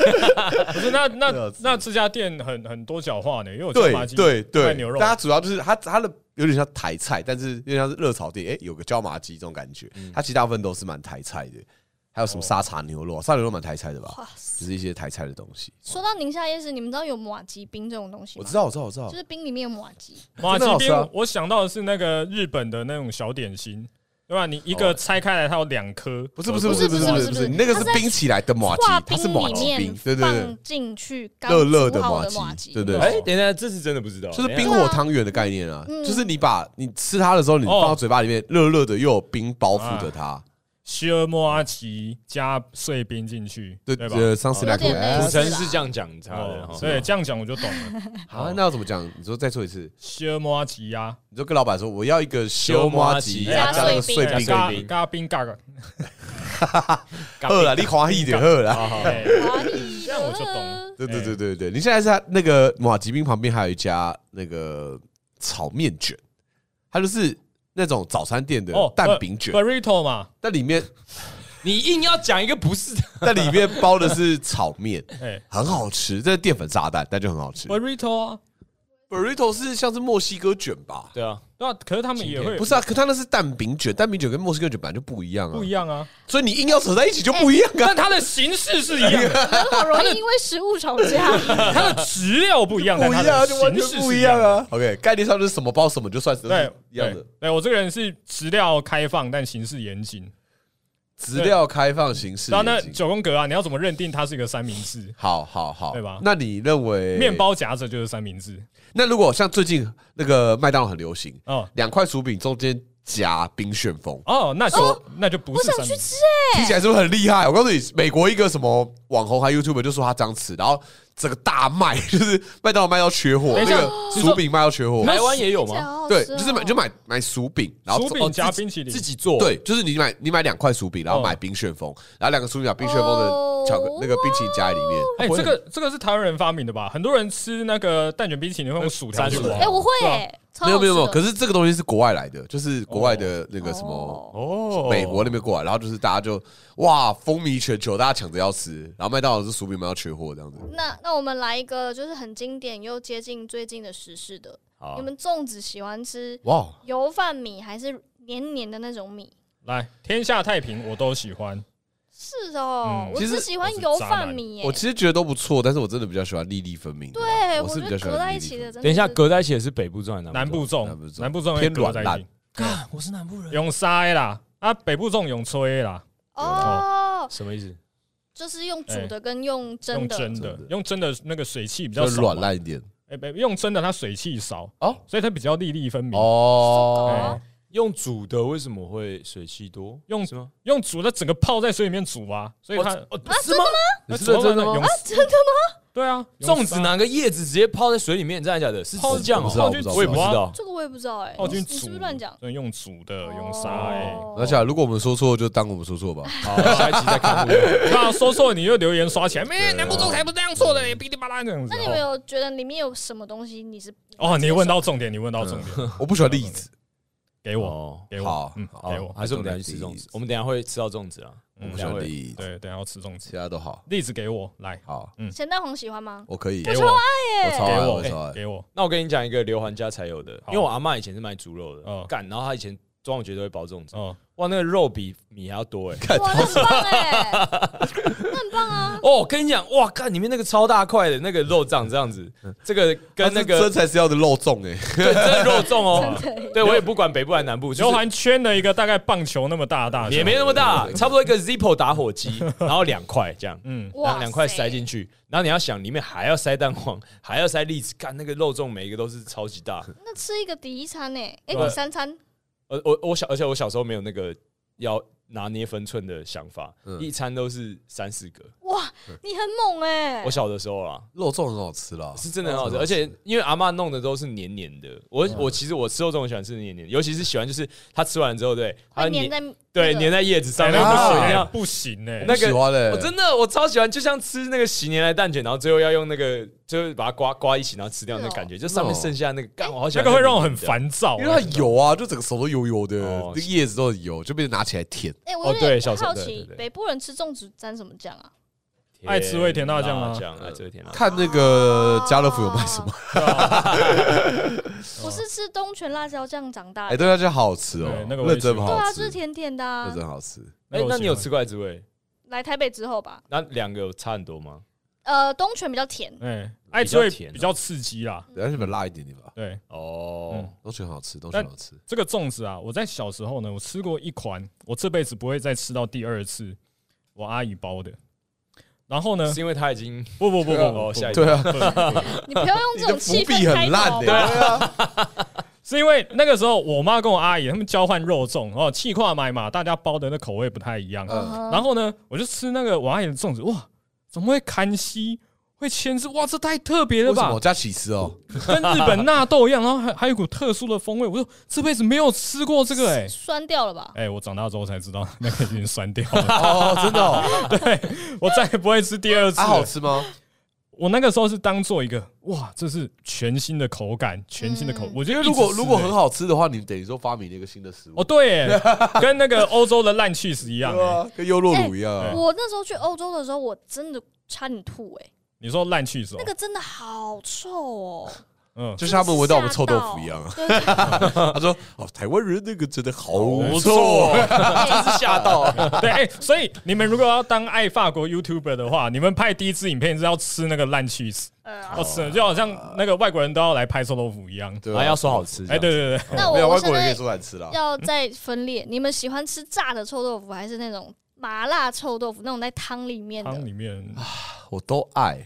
Speaker 2: 不是那
Speaker 1: 对啊
Speaker 2: 那那这家店很很多角化呢，因为我椒麻
Speaker 1: 对
Speaker 2: 鸡
Speaker 1: 对
Speaker 2: 卖
Speaker 1: 对，
Speaker 2: 牛肉啊
Speaker 1: 但它主要就是它它的有点像台菜，但是有点像是热炒店，哎、有个椒麻鸡这种感觉。
Speaker 2: 嗯
Speaker 1: 它其实大部分都是蛮台菜的，还有什么沙茶牛肉啊，沙茶牛肉蛮台菜的吧，
Speaker 3: 哇塞！
Speaker 1: 就是一些台菜的东西。
Speaker 3: 说到宁夏夜市，你们知道有马吉冰这种东西
Speaker 1: 我
Speaker 3: 吗？
Speaker 1: 知道，我知道，我知道
Speaker 3: 就。是冰里面有马吉。
Speaker 2: 马
Speaker 1: 真的好
Speaker 2: 吉
Speaker 1: 吃啊
Speaker 2: 冰，我想到的是那个日本的那种小点心，对吧？你一个拆开来，它有两颗，
Speaker 1: 哦不是不是不
Speaker 3: 是
Speaker 1: 是不是
Speaker 3: 不是
Speaker 1: 不是
Speaker 3: 不
Speaker 1: 不
Speaker 3: 是
Speaker 1: 是，你那个
Speaker 3: 它
Speaker 1: 是
Speaker 3: 是在
Speaker 1: 冰起来的麻
Speaker 3: 化
Speaker 1: 吉，它
Speaker 3: 冰
Speaker 1: 是麻
Speaker 3: 里
Speaker 1: 吉
Speaker 3: 面
Speaker 1: 冰，对对对
Speaker 3: 放，进去刚
Speaker 1: 热热
Speaker 3: 煮
Speaker 1: 的
Speaker 3: 好的
Speaker 1: 麻吉
Speaker 3: 吉，
Speaker 1: 对 对
Speaker 2: 哎
Speaker 4: 哎、等一下，这是真的不知道，
Speaker 1: 就是
Speaker 4: 等一
Speaker 1: 冰
Speaker 4: 下
Speaker 1: 火汤圆的概念啊，
Speaker 3: 嗯
Speaker 1: 就是你把你吃它的时候，你放到嘴巴里面，热热的又有冰包覆着它，
Speaker 2: 西尔莫阿奇加碎冰进去，
Speaker 1: 对
Speaker 2: 吧？
Speaker 1: 呃，上次来口
Speaker 3: 有点类
Speaker 4: 古
Speaker 3: 似
Speaker 4: 城是这样讲他的，
Speaker 2: 哦
Speaker 4: 哈
Speaker 2: 所以这样讲我就懂了。
Speaker 1: 啊，那要怎么讲？你说再说一次，
Speaker 2: 西尔莫阿奇呀，
Speaker 1: 你就跟老板说我要一个修麻吉
Speaker 4: 修麻吉
Speaker 1: 加那个
Speaker 3: 加碎啊
Speaker 1: 碎
Speaker 4: 冰
Speaker 1: 冰，
Speaker 4: 加
Speaker 2: 嘎
Speaker 4: 碎冰
Speaker 2: 嘎冰嘎嘎，
Speaker 1: 喝了，你欢喜点喝了。
Speaker 4: 好好，
Speaker 2: 哎
Speaker 3: 哇你
Speaker 2: 这样我就懂了
Speaker 1: 对对对对对，你现在是它那个马吉冰旁边还有一家那个炒面卷，它就是那种早餐店的
Speaker 2: 哦，
Speaker 1: 蛋饼卷，
Speaker 2: burrito 嘛，
Speaker 1: 但里面
Speaker 4: 你硬要讲一个不是的，
Speaker 1: 但里面包的是炒面，
Speaker 2: 哎
Speaker 1: 很好吃，这是淀粉炸弹，但就很好吃。
Speaker 2: ，burrito 啊，
Speaker 1: burrito 是像是墨西哥卷 吧？
Speaker 4: 对啊，
Speaker 2: 对啊，可是他们也会
Speaker 1: 不是啊，可它那是蛋饼卷，蛋饼卷跟墨西哥卷本来就不一样啊，
Speaker 2: 不一样啊，
Speaker 1: 所以你硬要扯在一起就不一样啊。
Speaker 2: 但它的形式是一样的，
Speaker 3: 人 好容易因为食物吵架。
Speaker 2: 它的质料不一样，但
Speaker 1: 不一
Speaker 2: 它
Speaker 1: 样啊，
Speaker 2: 的
Speaker 1: 就完
Speaker 2: 形式
Speaker 1: 全不
Speaker 2: 是
Speaker 1: 一
Speaker 2: 一
Speaker 1: 样
Speaker 2: 样的。
Speaker 1: 啊。OK，概念上就是什么包什么就算是
Speaker 2: 对，
Speaker 1: 一样的
Speaker 2: 对。对我这个人是质料开放，但形式严谨。
Speaker 1: 资料开放形式
Speaker 2: 然后那
Speaker 1: 也行。
Speaker 2: 九宫格啊，你要怎么认定它是一个三明治？
Speaker 1: 好好好，
Speaker 2: 对吧
Speaker 1: 那你认为
Speaker 2: 面？包夹着就是三明治
Speaker 1: 那如果像最近那个麦当劳很流行，
Speaker 2: 哦
Speaker 1: 两块薯饼中间夹冰旋风，
Speaker 2: 哦，那就那就不
Speaker 3: 我
Speaker 2: 是
Speaker 3: 想
Speaker 2: 三
Speaker 3: 去
Speaker 2: 明治。
Speaker 3: 吃欸
Speaker 1: 听起来是不是很厉害？我告诉你，美国一个什么网红还 YouTube 就说他这样吃，然后整个大卖， 就是麦当劳卖到缺货，
Speaker 2: 等一
Speaker 1: 那
Speaker 2: 下
Speaker 1: 个
Speaker 2: 你说
Speaker 1: 薯饼卖到缺货。
Speaker 4: 台湾也有
Speaker 3: 哎，
Speaker 4: 吗？
Speaker 3: 好好吃
Speaker 1: 对，
Speaker 3: 哦
Speaker 1: 就是买就买买薯饼，然后
Speaker 2: 啊薯饼夹
Speaker 1: 自己
Speaker 2: 冰淇淋
Speaker 4: 自，己做，
Speaker 1: 对，就是你买你买两块薯饼，然后
Speaker 2: 哦
Speaker 1: 买冰旋风，然后两个薯饼把冰旋风的巧克
Speaker 3: 哦
Speaker 1: 那个冰淇淋加在里面。
Speaker 2: 哎，
Speaker 4: 不会
Speaker 2: 这个这个是台湾人发明的吧？很多人吃那个蛋卷冰淇淋会用薯条去
Speaker 4: 沾
Speaker 2: 挖
Speaker 4: 薯
Speaker 3: 哎，我会
Speaker 2: 对啊
Speaker 3: 哎，超
Speaker 1: 没有没有没有，可
Speaker 3: 是
Speaker 1: 是这个东西是国外来的，就是国外的那个什么
Speaker 4: 哦
Speaker 1: 美国那边过来，然后就是大家就哇风靡全球，大家抢着要吃，然后麦当劳是薯饼卖到缺货这样子。
Speaker 3: 那那我们来一个就是很经典又接近最近的时事的，
Speaker 4: 好
Speaker 3: 你，们粽子喜欢吃
Speaker 1: 哇，
Speaker 3: 油饭米还是黏黏的那种米？
Speaker 2: 来，天下太平我都喜欢。
Speaker 3: 是哦，
Speaker 2: 嗯
Speaker 3: 我
Speaker 1: 其实
Speaker 3: 只喜欢
Speaker 2: 我是
Speaker 3: 油
Speaker 2: 渣
Speaker 3: 饭
Speaker 2: 男
Speaker 3: 米耶、
Speaker 1: 我其实觉得都不错，但是我真的比较喜欢粒粒分明的啦。
Speaker 3: 对，
Speaker 1: 我
Speaker 3: 我
Speaker 1: 是比
Speaker 3: 觉
Speaker 1: 较
Speaker 3: 得
Speaker 1: 喜欢
Speaker 3: 隔在
Speaker 1: 粒
Speaker 3: 一
Speaker 1: 粒
Speaker 3: 起
Speaker 1: 分
Speaker 3: 的
Speaker 1: 明
Speaker 3: 真的
Speaker 4: 等一下，
Speaker 3: 是
Speaker 4: 隔在一起的是北部啊粽还是南
Speaker 2: 南
Speaker 4: 部
Speaker 2: 部
Speaker 4: 粽？
Speaker 2: 粽
Speaker 1: 南部，粽
Speaker 2: 南部粽
Speaker 1: 偏
Speaker 2: 会裹
Speaker 1: 软
Speaker 2: 在一
Speaker 1: 烂
Speaker 2: 起，
Speaker 4: 啊，我是南部人，
Speaker 2: 用塞的啦，啊，北部粽用吹的啦，
Speaker 3: 哦，
Speaker 4: 什么意思？
Speaker 3: 就是用煮的跟用蒸
Speaker 2: 用
Speaker 3: 的，
Speaker 2: 蒸的
Speaker 1: 真的，
Speaker 2: 用蒸的那个水汽比
Speaker 1: 比
Speaker 2: 较少嘛
Speaker 1: 软，烂一点
Speaker 2: 哎，不用蒸的它水汽少
Speaker 1: 哦，
Speaker 2: 所以它比较粒粒分明。
Speaker 1: 哦
Speaker 2: 哎。
Speaker 4: 用煮的为什么会水汽多？
Speaker 2: 用
Speaker 4: 什么？
Speaker 2: 用煮的整个泡在水里面煮啊，所以它
Speaker 4: 哦，是吗？
Speaker 1: 你是认真的吗？
Speaker 2: 啊，真的吗？对啊，
Speaker 4: 粽子拿个叶子直接泡在水里面，真的假的？是
Speaker 2: 泡
Speaker 4: 是这样
Speaker 1: 我
Speaker 4: 哦
Speaker 1: 不知道，
Speaker 2: 泡进
Speaker 1: 知道
Speaker 4: 我也不知
Speaker 2: 煮啊
Speaker 4: 道。
Speaker 3: 这个我也不知道哎、
Speaker 2: 泡
Speaker 1: 哦
Speaker 2: 菌
Speaker 3: 你你
Speaker 2: 哦煮，
Speaker 3: 是不是乱讲？
Speaker 2: 对，用煮的，用啥？哎，
Speaker 3: 哦
Speaker 1: 那下来如果我们说错，就当我们说错吧。
Speaker 4: 好，下一集再看。
Speaker 2: 那说错你就留言刷起来，没南部粽才不是这样做的，也噼里啪啦这样子
Speaker 3: 那。你们有觉得里面有什么东西你是
Speaker 2: 哦，你问到重点，你问到重点，
Speaker 1: 我不喜欢栗子，
Speaker 2: 给我，
Speaker 4: 哦，
Speaker 2: 给我
Speaker 1: 嗯好，
Speaker 2: 嗯，
Speaker 1: 好
Speaker 2: 给我。
Speaker 4: 还是我们等一下去吃粽子？我们等一下会吃到粽子啊。
Speaker 1: 我
Speaker 4: 我
Speaker 1: 不
Speaker 4: 们等一
Speaker 1: 喜
Speaker 4: 下
Speaker 1: 欢
Speaker 4: 会
Speaker 1: 栗子，
Speaker 2: 对，等一下要吃粽子，
Speaker 1: 其他都好。
Speaker 2: 栗子给我，来，
Speaker 1: 好，
Speaker 3: 咸蛋黄喜欢吗？
Speaker 1: 我可以，
Speaker 2: 给
Speaker 1: 我
Speaker 2: 我，
Speaker 3: 啊
Speaker 1: 超
Speaker 2: 给
Speaker 1: 爱，
Speaker 2: 我哎
Speaker 1: 我超爱。
Speaker 2: 给我，
Speaker 4: 那我跟你讲一个刘环家才有的，
Speaker 2: 好
Speaker 4: 因为我阿嬷以前是卖猪肉的
Speaker 2: 嗯，
Speaker 4: 干，然后她以前端午节都会包粽子，
Speaker 2: 哦，
Speaker 4: 哇，那个肉比米还要多哎。
Speaker 3: 哇，那很棒哎、那很棒啊！
Speaker 4: 哦，我跟你讲，哇，看里面那个超大块的那个肉长这样子，
Speaker 3: 嗯
Speaker 4: 这个跟那
Speaker 1: 这
Speaker 4: 个
Speaker 1: 才是要的肉粽哎，
Speaker 4: 对，真的肉粽哦。
Speaker 3: 真的，
Speaker 4: 对我也不管北部还是南部，
Speaker 2: 刘
Speaker 4: 就是
Speaker 2: 环圈了一个大概棒球那么大的大小，
Speaker 4: 也没那么大，差不多一个 Zippo 打火机，然后两块这样。
Speaker 2: 嗯，
Speaker 4: 然后
Speaker 3: 哇
Speaker 4: 两块
Speaker 3: 塞
Speaker 4: 塞进去，然后你要想里面还要塞蛋黄，还要塞栗子，干那个肉粽每一个都是超级 大。
Speaker 3: 那吃一个抵一餐呢、哎、
Speaker 4: 对
Speaker 3: 抵三餐，
Speaker 4: 呃，我我小，而且我小时候没有那个要拿捏分寸的想法，
Speaker 1: 嗯
Speaker 4: 一餐都是三四个。
Speaker 3: 哇，你很猛哎、
Speaker 4: 我小的时候啊，
Speaker 1: 肉粽很好吃啦。
Speaker 4: 是真的很好吃，嗯
Speaker 1: 哦
Speaker 4: 而且因为阿嬷弄的都是黏黏的。我我其实我吃肉粽很喜欢吃黏黏，尤其是喜欢就是它吃完之后，对它
Speaker 3: 会粘在
Speaker 4: 啊对
Speaker 3: 那个
Speaker 4: 粘在叶子上面
Speaker 2: 那
Speaker 4: 哎不
Speaker 1: 啊
Speaker 4: 行
Speaker 2: 哎不
Speaker 4: 一
Speaker 2: 行，
Speaker 4: 样。
Speaker 2: 不行哎，
Speaker 4: 那
Speaker 1: 我喜欢欸嘞，
Speaker 4: 我真的我超喜欢，就像吃那个洗年来蛋卷，然后最后要用那个就是把它刮刮一起，然后吃掉
Speaker 3: 是
Speaker 4: 那
Speaker 3: 哦
Speaker 4: 感觉，就上面剩下那个干，我好喜
Speaker 2: 那
Speaker 4: 欢
Speaker 2: 个会让我
Speaker 4: 黏
Speaker 2: 很
Speaker 4: 黏的。
Speaker 2: 烦躁，
Speaker 1: 因为它油啊，就整个手都油油的，
Speaker 4: 哦
Speaker 1: 那个叶子都很油，就被拿起来舔。
Speaker 3: 哎、我
Speaker 4: 哦
Speaker 3: 有
Speaker 4: 对
Speaker 3: 点
Speaker 4: 小时候
Speaker 3: 好
Speaker 4: 对
Speaker 3: 奇，
Speaker 4: 对对
Speaker 3: 北部人吃粽子沾什么酱啊？
Speaker 2: 爱吃味甜辣酱啊
Speaker 4: 甜辣酱爱吃味甜辣酱。
Speaker 1: 看那个
Speaker 3: 啊
Speaker 1: 家乐福有卖 什么？
Speaker 3: 我是吃东泉辣椒酱长大
Speaker 1: 哎，
Speaker 3: 的，
Speaker 1: 对，那就好好吃哦
Speaker 2: 对，那个我也
Speaker 1: 认真
Speaker 2: 喜欢
Speaker 3: 对啊，
Speaker 1: 好
Speaker 3: 就是
Speaker 1: 吃，
Speaker 3: 甜甜的、
Speaker 1: 认
Speaker 3: 啊。
Speaker 1: 真好吃。
Speaker 4: 哎，那你有吃过爱滋味？
Speaker 3: 来台北之后吧，
Speaker 4: 那两个有差很多吗？
Speaker 3: 呃，东泉比较 甜，
Speaker 2: 哎，爱吃会比较刺激啦。
Speaker 1: 等下你们辣一点点吧，
Speaker 2: 对，
Speaker 4: 哦
Speaker 2: 嗯，
Speaker 1: 都觉得很好吃，都觉得很好吃。
Speaker 2: 这个粽子啊，我在小时候呢，我吃过一款，我这辈子不会再吃到第二次，我阿姨包的。然后呢
Speaker 4: 是，因为它已经
Speaker 2: 不不不不
Speaker 4: 哦
Speaker 2: 不，
Speaker 4: 下一
Speaker 2: 不
Speaker 4: 个
Speaker 1: 对啊，
Speaker 3: 你不要用
Speaker 1: 你
Speaker 3: 这
Speaker 1: 的
Speaker 3: 种
Speaker 1: 伏
Speaker 3: 气
Speaker 1: 笔
Speaker 3: 氛开
Speaker 1: 很烂
Speaker 3: 头
Speaker 1: 的，对。啊，
Speaker 2: 是因为那个时候我妈跟我阿姨他们交换肉粽哦，气跨买嘛，大家包的那口味不太一样。
Speaker 3: 嗯
Speaker 1: 嗯，
Speaker 4: 啊
Speaker 3: 哼
Speaker 2: 然后呢，我就吃那个我阿姨的粽子，哇，怎么会砍西？会牵制哇，这太特别了
Speaker 1: 为什
Speaker 2: 吧
Speaker 1: 么？加起司哦？
Speaker 2: 跟日本纳豆一样，然后还还有一股特殊的风味。我说这辈子没有吃过这个哎、欸、
Speaker 3: 酸掉了吧？
Speaker 2: 哎、我长大之后才知道那个已经酸掉了，
Speaker 1: 哦，真的哦，
Speaker 2: 我再也不会吃第二次
Speaker 1: 还啊好
Speaker 2: 了。
Speaker 1: 吃吗？
Speaker 2: 我那个时候是当做一个哇，这是全新的口感，全新的口。
Speaker 3: 嗯
Speaker 2: 我觉得
Speaker 1: 因为如果如果很好吃的话，你等于说发明了一个新的食物
Speaker 2: 欸哦，，对 欸、跟那个欧洲的烂 cheese 一样、
Speaker 1: 对
Speaker 2: 欸。
Speaker 1: 啊，跟优酪乳一样啊。
Speaker 3: 我那时候去欧洲的时候，我真的差点吐哎、
Speaker 2: 你说烂 cheese 哦
Speaker 3: 那，个真的好臭 哦，
Speaker 2: 嗯，
Speaker 1: 就像他们闻到我们臭豆腐一样啊！
Speaker 3: 对，哎
Speaker 1: 他说：“哦，台湾人那个真的好
Speaker 4: 不
Speaker 1: 臭
Speaker 4: 错， 真 是吓到。
Speaker 2: 对，哎、所以你们如果要当爱法国 YouTuber 的话，你们拍第一支影片是要吃那个烂 cheese，
Speaker 3: 呃
Speaker 2: 要吃，就好像那个外国人都要来拍臭豆腐一样。
Speaker 1: 对啊
Speaker 4: 还要说好吃，
Speaker 2: 哎、对对对，
Speaker 3: 那
Speaker 1: 没有
Speaker 3: 我
Speaker 1: 外
Speaker 3: 我
Speaker 1: 国
Speaker 3: 现
Speaker 1: 人可以
Speaker 3: 在
Speaker 1: 说难吃啦。
Speaker 3: 要再分裂，你们喜欢吃炸的臭豆腐，还是那种麻辣臭豆腐那种在汤里面
Speaker 2: 汤
Speaker 3: 的？
Speaker 2: 里面
Speaker 1: 我都爱，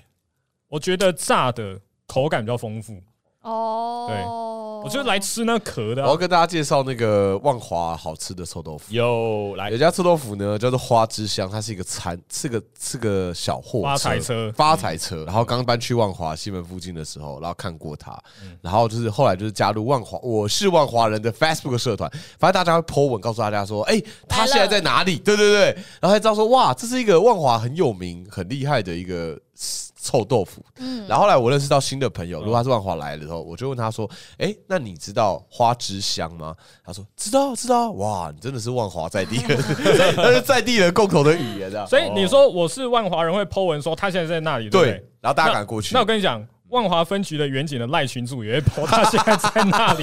Speaker 2: 我觉得炸的口感比较丰富，
Speaker 3: 哦，
Speaker 2: 我就来吃那壳的
Speaker 1: 我
Speaker 2: 啊、
Speaker 1: 要跟大家介绍那个万华好吃的臭豆 腐。
Speaker 4: 有来
Speaker 1: 有一家臭豆腐呢，叫做花之乡，它是一个餐，是个是个小货
Speaker 2: 发财车嗯
Speaker 1: 发财车。然后刚搬去万华西门附近的时候，然后看过它，
Speaker 2: 嗯
Speaker 1: 然后就是后来就是加入万华，我是万华人的 Facebook 社团，反正大家会 po 文告诉大家说，哎、他现在在哪里？对对对，然后才知道说，哇，这是一个万华很有名、很厉害的一个臭豆腐。
Speaker 3: 嗯
Speaker 1: 然后后来我认识到新的朋
Speaker 2: 嗯
Speaker 1: 友，如果他是万华来的时候，我就问他说：“哎、那你知道花之乡吗？”他说：“知道，知道。”哇，你真的是万华在地 人，那是在地人共同的语言啊。
Speaker 2: 所以你说我是万华人会 Po 文说他现在在那里，对不
Speaker 1: 对
Speaker 2: 对？，
Speaker 1: 然后大家赶过去
Speaker 2: 那我。跟你讲，万华分局的远景的赖群主也会跑，他现在在那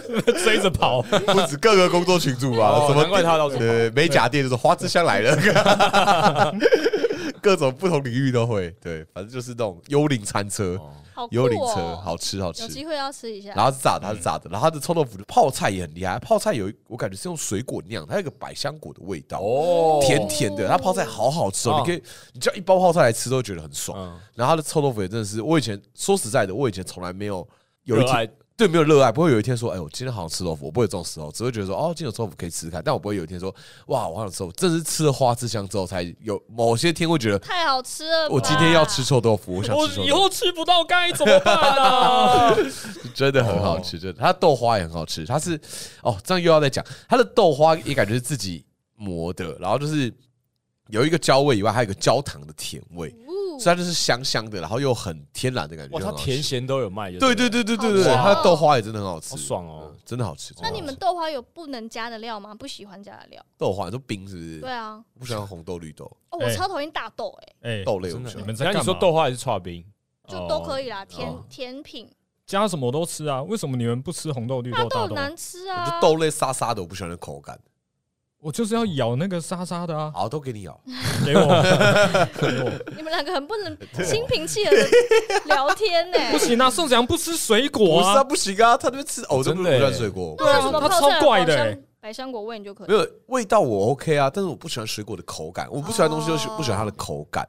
Speaker 2: 里追着 跑。
Speaker 1: 不止各个工作群组啊，
Speaker 4: 哦
Speaker 1: 什么
Speaker 4: 难怪他到处跑
Speaker 1: 对美甲店就是花枝香来了， 各种不同领域都会。对，反正就是那种幽灵餐车、
Speaker 3: 好酷
Speaker 1: 幽灵车，
Speaker 3: 哦
Speaker 1: 好吃好
Speaker 3: 有
Speaker 1: 吃。
Speaker 3: 机会要吃一下
Speaker 1: 然。后它是炸的，它是炸的，然后它的臭豆腐的泡菜也很厉害，泡菜有一我感觉是用水果酿，它有一个百香果的味道，
Speaker 4: 哦
Speaker 1: 甜甜的，它泡菜好好吃哦，
Speaker 4: 哦
Speaker 1: 你可以你叫一包泡菜来吃都觉得很爽。
Speaker 4: 嗯
Speaker 1: 然后它的臭豆腐也真的是，我以前说实在的，我以前从来没有有一
Speaker 4: 热爱
Speaker 1: 天对没有热爱，不会有一天说，哎，我今天好想吃豆腐，我不会有这种时候，只会觉得说，哦，今天有臭豆腐可以吃吃看，但我不会有一天说，哇，我好想吃豆腐，这是吃了花枝香之后才有，某些天会觉得，
Speaker 3: 太好吃了吧！
Speaker 1: 我今天要吃臭豆腐，我想
Speaker 2: 我
Speaker 1: 吃臭
Speaker 2: 以
Speaker 1: 豆
Speaker 2: 后吃不到该怎么办啊？
Speaker 1: 腐，真的很好
Speaker 4: 哦
Speaker 1: 吃，真的，它的豆花也很好吃，它是，哦，这样又要再讲，它的豆花也感觉是自己磨的，然后就是有一个焦味以外，还有一个焦糖的甜味，
Speaker 3: 哦，
Speaker 1: 所以它就是香香的，然后又很天然的感觉，
Speaker 4: 哇，
Speaker 1: 很
Speaker 4: 它
Speaker 1: 好吃
Speaker 4: 甜咸都有卖，就
Speaker 1: 对对
Speaker 4: 了，
Speaker 1: 对对对对，
Speaker 4: 好
Speaker 1: 它的
Speaker 3: 爽哦
Speaker 1: 豆花也真的很好吃，
Speaker 4: 好爽哦
Speaker 1: 嗯，真的好吃。
Speaker 3: 那你
Speaker 1: 真的好
Speaker 3: 们
Speaker 1: 吃
Speaker 3: 豆花有不能加的料吗？不喜欢加的料？
Speaker 1: 豆花你说冰是不是？
Speaker 3: 对啊，
Speaker 1: 我不喜欢红豆、绿豆、
Speaker 3: 哦，我
Speaker 2: 哎
Speaker 3: 超讨厌大豆，哎，
Speaker 2: 哎，
Speaker 1: 豆类，我
Speaker 4: 真
Speaker 1: 不
Speaker 4: 的
Speaker 1: 喜欢。
Speaker 2: 你们在
Speaker 4: 那
Speaker 2: 干嘛
Speaker 4: 你说豆花还是刨冰？
Speaker 3: 就都可以啦，
Speaker 1: 哦
Speaker 3: 甜甜品，
Speaker 2: 加什么我都吃啊？为什么你们不吃红豆、绿
Speaker 3: 大
Speaker 2: 豆、大
Speaker 3: 豆
Speaker 2: 豆？
Speaker 3: 难吃
Speaker 1: 我觉
Speaker 3: 啊
Speaker 1: 得。豆类沙沙的，我不喜欢的口感。
Speaker 2: 我就是要咬那个沙沙的啊！
Speaker 1: 好，都给你
Speaker 4: 哦
Speaker 1: 咬。
Speaker 2: 给我，给我，
Speaker 3: 你们两个很不 能
Speaker 1: 啊
Speaker 3: 心平气和的聊天呢。
Speaker 2: 不行啊！宋子阳不吃水果
Speaker 1: 不是啊，
Speaker 2: 啊！
Speaker 1: 不行啊，他那边吃藕真
Speaker 4: 真
Speaker 1: 的
Speaker 4: 的
Speaker 1: 不
Speaker 4: 欸
Speaker 1: 算水果。
Speaker 2: 对啊
Speaker 3: 那为什么
Speaker 2: 他
Speaker 3: 泡
Speaker 2: 超
Speaker 3: 菜
Speaker 2: 怪的
Speaker 3: 百香
Speaker 2: 欸
Speaker 3: 百香果味你就可
Speaker 1: 没
Speaker 3: 以。
Speaker 1: 有味道我 OK 啊，但是我不喜欢水果的口感，我不喜欢东西就是
Speaker 3: 哦
Speaker 1: 不喜欢它的口感，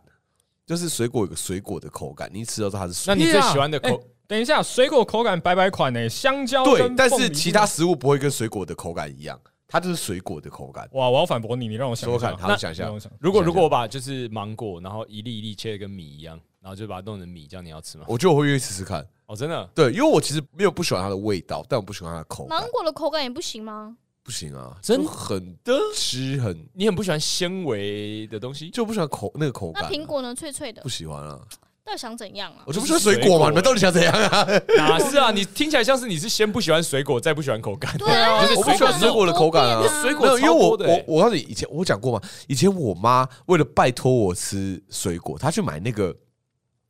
Speaker 1: 就是水果有个水果的口感，你一吃到它是水
Speaker 4: 那
Speaker 1: 果。
Speaker 4: 你最喜欢的
Speaker 2: 哎
Speaker 4: 口
Speaker 2: 等一下，水果口感白白款呢、香蕉
Speaker 1: 对
Speaker 2: 跟，
Speaker 1: 但
Speaker 2: 凤梨
Speaker 1: 是其他食物不会跟水果的口感一样，它就是水果的口感。
Speaker 2: 哇，我要反驳你，你让我想
Speaker 1: 说
Speaker 2: 一
Speaker 1: 说
Speaker 2: 下
Speaker 1: 看，，好，想一下
Speaker 2: 让，我想，
Speaker 4: 如果
Speaker 1: 想一下
Speaker 4: 如果我把就是芒果，然后一粒一粒切得跟米一样，然后就把它弄成米，这样你要吃吗？
Speaker 1: 我觉得我会愿意试试看。
Speaker 4: 哦，真的，
Speaker 1: 对，因为我其实没有不喜欢它的味道，但我不喜欢它的口感
Speaker 3: 芒。果的口感也不行吗？
Speaker 1: 不行啊，
Speaker 4: 真
Speaker 1: 就很
Speaker 4: 的
Speaker 1: 吃很
Speaker 4: 你很不喜欢纤维的东西，
Speaker 1: 就不喜欢口那个口感
Speaker 3: 那
Speaker 1: 啊，
Speaker 3: 苹果呢？脆脆的
Speaker 1: 不，喜欢啊，
Speaker 3: 到底想怎样啊？
Speaker 1: 我就不喜欢水
Speaker 4: 就是水
Speaker 1: 果嘛，
Speaker 4: 果
Speaker 1: 你们到底想怎样啊？
Speaker 4: 哪是啊？你听起来像是你是先不喜欢水果，再不喜欢口感。
Speaker 3: 对啊，
Speaker 4: 就是
Speaker 1: 我不喜欢水果的口感啊
Speaker 3: 口感很多变
Speaker 4: 水果
Speaker 1: 没有，因为我
Speaker 4: 超多的
Speaker 1: 我
Speaker 4: 欸
Speaker 1: 我告诉你，以前我讲过嘛，以前我妈为了拜托我吃水果，她去买那个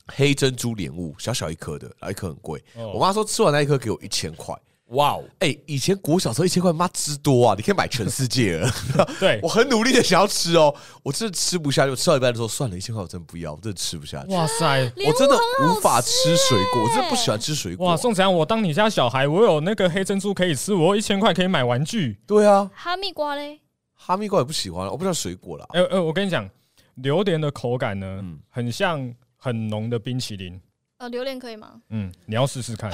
Speaker 1: 黑珍珠莲雾，小小一颗的，然后一颗很贵，
Speaker 2: 哦
Speaker 1: 我妈说吃完那一颗给我一千块。
Speaker 4: 哇哦，
Speaker 1: 哎、以前国小时候一千块，妈之多啊！你可以买全世界了。
Speaker 2: 对
Speaker 1: 我，很努力的想要吃哦，我真的吃不下，就吃到一半的时候，算了，一千块我真的不要，我真的吃不下去。
Speaker 2: 哇塞，
Speaker 3: 莲雾
Speaker 1: 我真的
Speaker 3: 很好
Speaker 1: 无法
Speaker 3: 吃
Speaker 1: 吃水果，我真的
Speaker 3: 欸
Speaker 1: 不喜欢吃水果
Speaker 2: 哇，。宋子阳，我当你家小孩，我有那个黑珍珠可以吃，我有一千块可以买玩具。
Speaker 1: 对啊，
Speaker 3: 哈密瓜嘞，
Speaker 1: 哈密瓜也不喜欢，我不喜欢水果啦。
Speaker 2: 哎、哎、我跟你讲，榴莲的口感呢，
Speaker 1: 哦嗯
Speaker 2: 很像很浓的冰淇淋。
Speaker 3: 呃，榴莲可以吗？
Speaker 2: 嗯，你要试试看。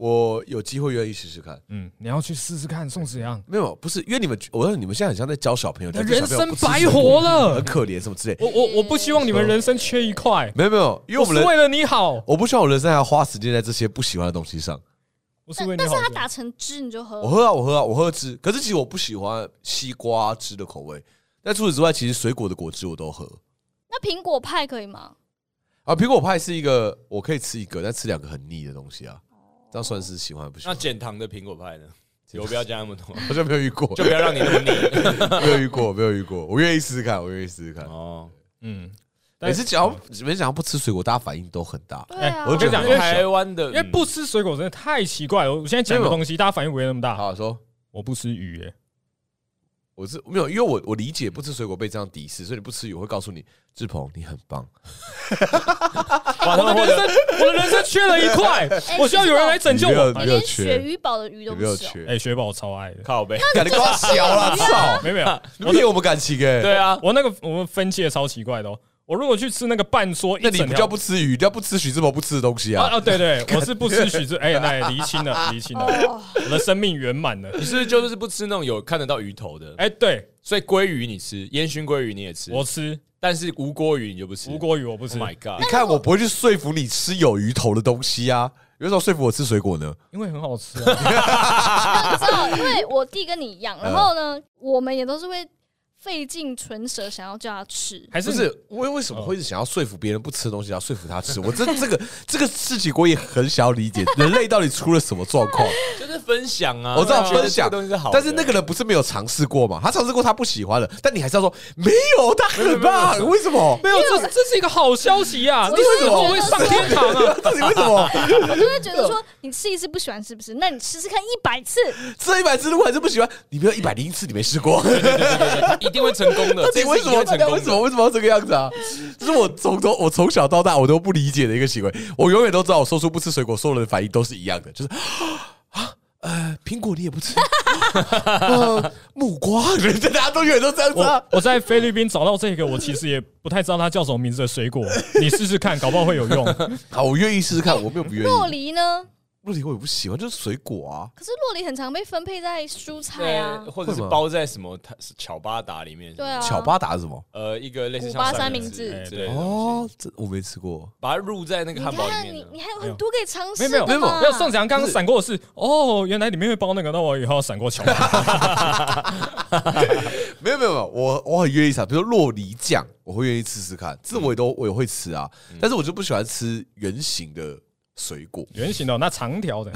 Speaker 1: 我有机会愿意试试看。
Speaker 2: 嗯，你要去试试看，宋子阳，
Speaker 1: 没有，不是，因为你们，我告诉你们现在很像在教小朋友，
Speaker 2: 你的
Speaker 1: 教哎小
Speaker 2: 人
Speaker 1: 朋友
Speaker 2: 生
Speaker 1: 不吃
Speaker 2: 白
Speaker 1: 水果
Speaker 2: 活了
Speaker 1: 很。可怜什么之类。
Speaker 2: 我我我不希望你们人生缺一块，
Speaker 1: 没有没有，因为
Speaker 2: 我
Speaker 1: 我们
Speaker 2: 是
Speaker 1: 人，
Speaker 2: 为了你好，
Speaker 1: 我不希望我人生还要花时间在这些不喜欢的东西上。
Speaker 2: 我是
Speaker 3: 但
Speaker 2: 为你
Speaker 3: 但是
Speaker 2: 好。
Speaker 3: 它打成汁你就
Speaker 2: 哦
Speaker 3: 喝
Speaker 1: 我，喝啊，我喝啊，我喝汁。可是其实我不喜欢西瓜汁的口味。但除此之外，其实水果的果汁我都喝。
Speaker 3: 那苹果派可以吗？
Speaker 1: 啊，苹果派是一个我可以吃一个，但吃两个很腻的东西啊。
Speaker 2: 哦
Speaker 1: 这样算是喜欢还不喜
Speaker 4: 那
Speaker 1: 欢？
Speaker 4: 减糖的苹果派呢？油不要加那么多，
Speaker 1: 好像没有遇过，
Speaker 4: 就不要让你那么腻。
Speaker 1: 没有遇过，没有遇过。我愿意试试看，我愿意试试 看。
Speaker 4: 哦，
Speaker 2: 嗯，但
Speaker 1: 每次讲到每次讲到不吃水果，大家反应都很大。
Speaker 3: 对
Speaker 2: 哎
Speaker 3: 啊，
Speaker 2: 我
Speaker 1: 就
Speaker 2: 跟你讲因为
Speaker 4: 台湾的，嗯
Speaker 2: 因为哎不吃水果真的太奇怪了。我现在讲的东西，大家反应不会那么大。
Speaker 1: 好说，
Speaker 2: 我不吃鱼、欸，
Speaker 1: 我是没有，因为我我理
Speaker 2: 嗯
Speaker 1: 解不吃水果被这样敌视，所以你不吃鱼，我会告诉你，志鹏你很棒。
Speaker 4: 哇，他
Speaker 2: 我
Speaker 4: 们
Speaker 2: 的
Speaker 4: 获
Speaker 2: 人
Speaker 4: 得
Speaker 2: 生，我的人生缺了一 块，
Speaker 3: 哎
Speaker 2: 我需要有人来拯救
Speaker 1: 你没
Speaker 2: 我
Speaker 1: 有。
Speaker 3: 你
Speaker 1: 没有
Speaker 3: 连
Speaker 1: 缺
Speaker 3: 鳕鱼堡的鱼都
Speaker 1: 有
Speaker 3: 不
Speaker 1: 没有
Speaker 3: 吃哦。
Speaker 1: 缺？
Speaker 2: 哎、雪宝我超 爱的，
Speaker 4: 靠背，
Speaker 1: 感觉瓜小了，操！
Speaker 2: 没有没有，
Speaker 1: 你骗我们感情 哎、
Speaker 4: 对啊，
Speaker 2: 我那个我们分界超奇怪的哦。我如果去吃那个半桌，
Speaker 1: 那
Speaker 2: 一
Speaker 1: 你
Speaker 2: 整
Speaker 1: 不叫
Speaker 2: 条
Speaker 1: 不吃鱼，你叫不吃许志鹏不吃的东 西
Speaker 2: 啊
Speaker 1: 啊？
Speaker 2: 啊，对对，我是不吃许志，哎、那也厘清了，厘清了，
Speaker 3: 哦，
Speaker 2: 我的生命圆满了。
Speaker 4: 你是不是就是不吃那种有看得到鱼头的？
Speaker 2: 哎、对
Speaker 4: 所以鲑鱼你吃，烟熏鲑鱼你也吃，
Speaker 2: 我吃
Speaker 4: 但是无锅鱼你就不吃。
Speaker 2: 无锅鱼，我不
Speaker 4: ，Oh
Speaker 2: 吃，
Speaker 4: my god！
Speaker 1: 你看我不会去说服你吃有鱼头的东西啊，有时候说服我吃水果呢？
Speaker 2: 因为很好吃、啊。
Speaker 1: 嗯
Speaker 3: 知道，因为我弟跟你一样，然后呢，我们也都是会费尽唇舌想要叫他吃。
Speaker 2: 还
Speaker 1: 不
Speaker 2: 是哦
Speaker 1: 是为为什么会一直想要说服别人不吃的东西，然后说服他吃？我这这个这个事情我也很想要理解，人类到底出了什么状况？
Speaker 4: 就是分享啊，
Speaker 1: 我知道
Speaker 4: 觉得
Speaker 1: 分享
Speaker 4: 这个东西是好的，
Speaker 1: 但是那个人不是没有尝试过嘛？他尝试过他不喜欢了，但你还是要说没有，他很棒，为什么？
Speaker 2: 没有，这这是一个好消息啊！你
Speaker 3: 我就是
Speaker 2: 死后
Speaker 3: 觉
Speaker 2: 会
Speaker 3: 得
Speaker 2: 上天堂啊！
Speaker 1: 到底为什么？
Speaker 3: 我就会觉得说，你吃一次不喜欢是不是？那你试试看一百次，
Speaker 1: 吃一百次如果还是不喜欢，你没有一百零一次你没试过，
Speaker 4: 一定会成功的
Speaker 1: 到，底
Speaker 4: 这
Speaker 1: 为
Speaker 4: 是一
Speaker 1: 什
Speaker 4: 定
Speaker 1: 么？
Speaker 4: 会
Speaker 1: 大
Speaker 4: 成
Speaker 1: 家
Speaker 4: 功的
Speaker 1: 为什么为什么要这个样子啊？这是我从头我从小到大我都不理解的一个行为。我永远都知道，我说出不吃水果，所有人的反应都是一样的，就是 啊呃苹果你也不吃， 呃木瓜， 人家大家都永远都这样子啊
Speaker 2: 我。我在菲律宾找到这个，我其实也不太知道它叫什么名字的水果，你试试看，搞不好会有用。
Speaker 1: 好，我愿意试试看，我没有不愿
Speaker 3: 洛
Speaker 1: 意。
Speaker 3: 梨呢？
Speaker 1: 洛梨我也不喜欢，就是水果啊。
Speaker 3: 可是洛梨很常被分配在蔬菜啊
Speaker 4: 对，，或者是
Speaker 1: 会吗
Speaker 4: 包在什么它是巧巴达里面，
Speaker 3: 对，啊，
Speaker 1: 巧巴达是什么？
Speaker 4: 呃，一个类似
Speaker 3: 古
Speaker 4: 像
Speaker 3: 巴
Speaker 4: 三
Speaker 3: 三
Speaker 4: 明
Speaker 3: 明
Speaker 1: 哎
Speaker 3: 治
Speaker 4: 之类的东西，
Speaker 1: 哦，这我没吃过。
Speaker 4: 把它入在那个
Speaker 3: 你
Speaker 4: 汉堡
Speaker 3: 看
Speaker 4: 里
Speaker 3: 你
Speaker 4: 面的。
Speaker 3: 你还有很多可以尝
Speaker 2: 没有
Speaker 3: 试
Speaker 2: 没有没
Speaker 3: 的
Speaker 2: 有
Speaker 3: 嘛。，
Speaker 2: 没有，宋强刚刚闪过的是哦，原来里面会包那个，那我以后要闪过桥。
Speaker 1: 没有没有没有，我我很愿意尝，比如说洛梨酱，我会愿意试试看，这我也都我也会吃啊，但是我就不喜欢吃圆形的水果。
Speaker 2: 圆形的哦那长条的，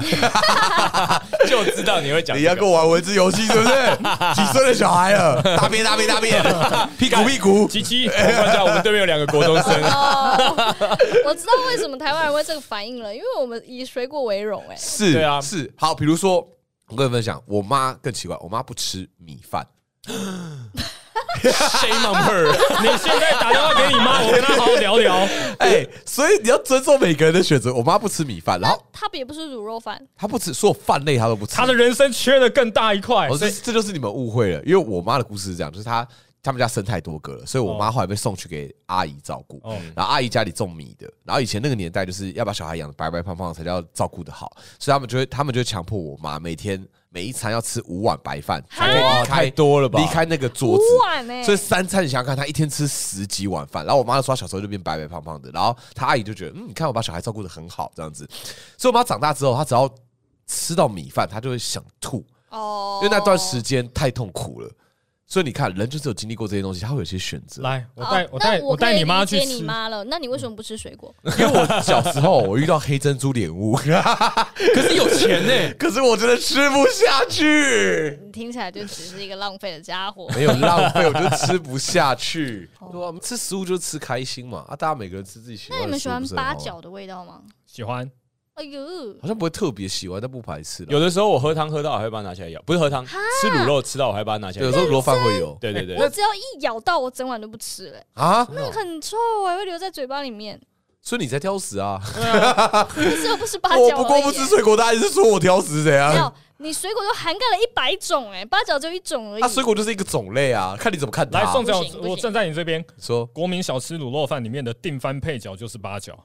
Speaker 4: 就知道你会讲
Speaker 1: 你要
Speaker 4: 这
Speaker 1: 跟
Speaker 4: 个。
Speaker 1: 我玩文字游戏是不是？ 几岁的小孩了？大便大便大便， 屁股屁股。
Speaker 2: 鸡鸡。
Speaker 4: 我看一下，我们对面有两个国中生
Speaker 3: 哦，我知道为什么台湾人会这个反应了，因为我们以水果为荣，哎，
Speaker 1: 是，
Speaker 4: 对啊
Speaker 1: 是好。比如说，我跟你分享，我妈更奇怪，我妈不吃米饭。
Speaker 4: ，Shame on her！
Speaker 2: 你现在打电话给你妈，我跟她好好聊聊。
Speaker 1: 哎，所以你要尊重每个人的选择。我妈不吃米饭，然后
Speaker 3: 他也不是卤肉饭，
Speaker 1: 她不吃所有饭类，她都不吃。
Speaker 2: 她的人生缺的更大一块
Speaker 1: 哦，，这这就是你们误会了，因为我妈的故事是这样，就是她他们家生太多个了，所以我妈
Speaker 4: 哦
Speaker 1: 后来被送去给阿姨照顾。
Speaker 2: 哦
Speaker 1: 然后阿姨家里种米的，然后以前那个年代就是要把小孩养的白白胖胖才叫照顾的好，所以他们就会他们就会强迫我妈每天每一餐要吃五碗白饭，才可以
Speaker 4: 哇
Speaker 1: 离
Speaker 4: 太
Speaker 1: 开
Speaker 4: 多了吧
Speaker 1: 离开那个桌
Speaker 3: 五
Speaker 1: 子。
Speaker 3: 碗哎，
Speaker 1: 所以三餐你想想看，她一天吃十几碗饭，然后我妈就说她小时候就变白白胖胖的，然后她阿姨就觉得，嗯，你看我把小孩照顾的很好这样子，所以我妈长大之后，她只要吃到米饭，她就会想吐，
Speaker 3: 哦
Speaker 1: 因为那段时间太痛苦了。所以你看，人就是有经历过这些东西，他会有些选择。
Speaker 2: 来，我
Speaker 3: 好
Speaker 2: 带我带
Speaker 3: 哦那
Speaker 2: 我
Speaker 3: 可以
Speaker 2: 带你妈
Speaker 3: 理
Speaker 2: 去
Speaker 3: 解
Speaker 2: 吃
Speaker 3: 你。妈了，那你为什么不吃水果？
Speaker 1: 因为我小时候我遇到黑珍珠脸雾，
Speaker 4: 可是有钱呢，
Speaker 1: 可是我真的吃不下去，
Speaker 3: 嗯你听起来就只是一个浪费的家伙。
Speaker 1: 没有浪费，我就吃不 下去。对啊，我们吃食物就是吃开心嘛，啊，大家每个人吃自己喜欢
Speaker 3: 那
Speaker 1: 的。
Speaker 3: 你们喜欢八？角的味道吗？
Speaker 2: 喜欢
Speaker 3: 哎呦，
Speaker 1: 啊好像不会特别喜欢，但不排斥啦。
Speaker 4: 有的时候我喝汤喝到我还会把它拿起来咬，不是喝汤，吃卤肉吃到我还把它拿起
Speaker 1: 对
Speaker 4: 来
Speaker 1: 有
Speaker 4: 咬
Speaker 1: 时。候罗饭会有
Speaker 4: 对对对
Speaker 3: 我，只要一咬到，我整碗都不吃了、
Speaker 1: 啊，
Speaker 3: 那个很臭、哎，会留在嘴巴里面。
Speaker 1: 所以你在挑食啊？
Speaker 3: 可是我不吃八角而已、欸
Speaker 1: 我不过不吃水果，大家一直说我挑食怎
Speaker 3: 没
Speaker 1: 样？
Speaker 3: 有，你水果都涵盖了一百种、哎，八角只有一种而已。
Speaker 1: 啊，水果就是一个种类啊，看你怎么看它。
Speaker 2: 来宋
Speaker 3: 不
Speaker 2: 强，
Speaker 3: 行
Speaker 2: 我
Speaker 3: 不
Speaker 2: 我
Speaker 3: 行
Speaker 2: 站在你这边。
Speaker 1: 说
Speaker 2: 国民小吃卤肉饭里面的定番配角就是八角，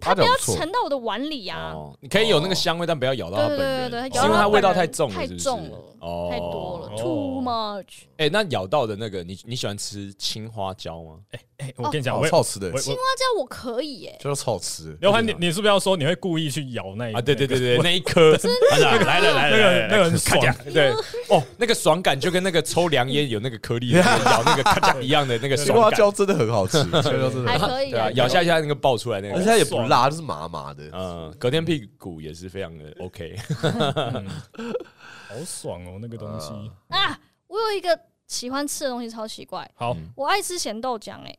Speaker 3: 它不
Speaker 1: 八
Speaker 3: 要
Speaker 1: 角不错
Speaker 3: 沉到我的碗里啊！
Speaker 4: 哦，你可以有那个香味，但不要咬到它本
Speaker 3: 对对
Speaker 4: 人，
Speaker 3: 对对，
Speaker 4: 是因为它
Speaker 3: 它
Speaker 4: 味道太重了，
Speaker 3: 太
Speaker 4: 是不是
Speaker 3: 重了，
Speaker 4: 哦，
Speaker 3: 太多了、
Speaker 2: 哦
Speaker 3: t o o much。
Speaker 4: 哎，那咬到的那个，你你喜欢吃青花椒吗？
Speaker 2: 哎，我跟你讲，
Speaker 1: 好
Speaker 2: 我
Speaker 1: 超哦吃的
Speaker 2: 我，我
Speaker 3: 哦青花椒我可以、哎，
Speaker 1: 就是超吃。
Speaker 2: 刘涵，你你是不是要说你会故意去咬那一
Speaker 4: 啊，对对对对，那一颗，来了来了来
Speaker 2: 那个
Speaker 4: 了，
Speaker 2: 那个很
Speaker 4: 看
Speaker 2: 爽
Speaker 4: 起，来对，哦，那个爽感就跟那个抽凉烟有那个 颗粒的那个咬那个咔嚓一样的那个
Speaker 1: 青
Speaker 4: 爽
Speaker 1: 花
Speaker 4: 感，
Speaker 1: 椒真的很好 吃，青花椒真的
Speaker 3: 还
Speaker 1: 很好吃，
Speaker 3: 可以、
Speaker 4: 对啊
Speaker 3: 哎，
Speaker 4: 咬下去它那个爆出来那
Speaker 1: 而 且
Speaker 4: 个，
Speaker 1: 它也不辣，就是麻麻的。
Speaker 4: 嗯，隔天屁股也是非常的 OK，
Speaker 2: 嗯好爽哦，那个东
Speaker 4: 嗯
Speaker 2: 西。
Speaker 3: 啊！我有一个喜欢吃的东西超奇怪，
Speaker 2: 好，
Speaker 4: 嗯
Speaker 3: 我爱吃咸豆浆、哎，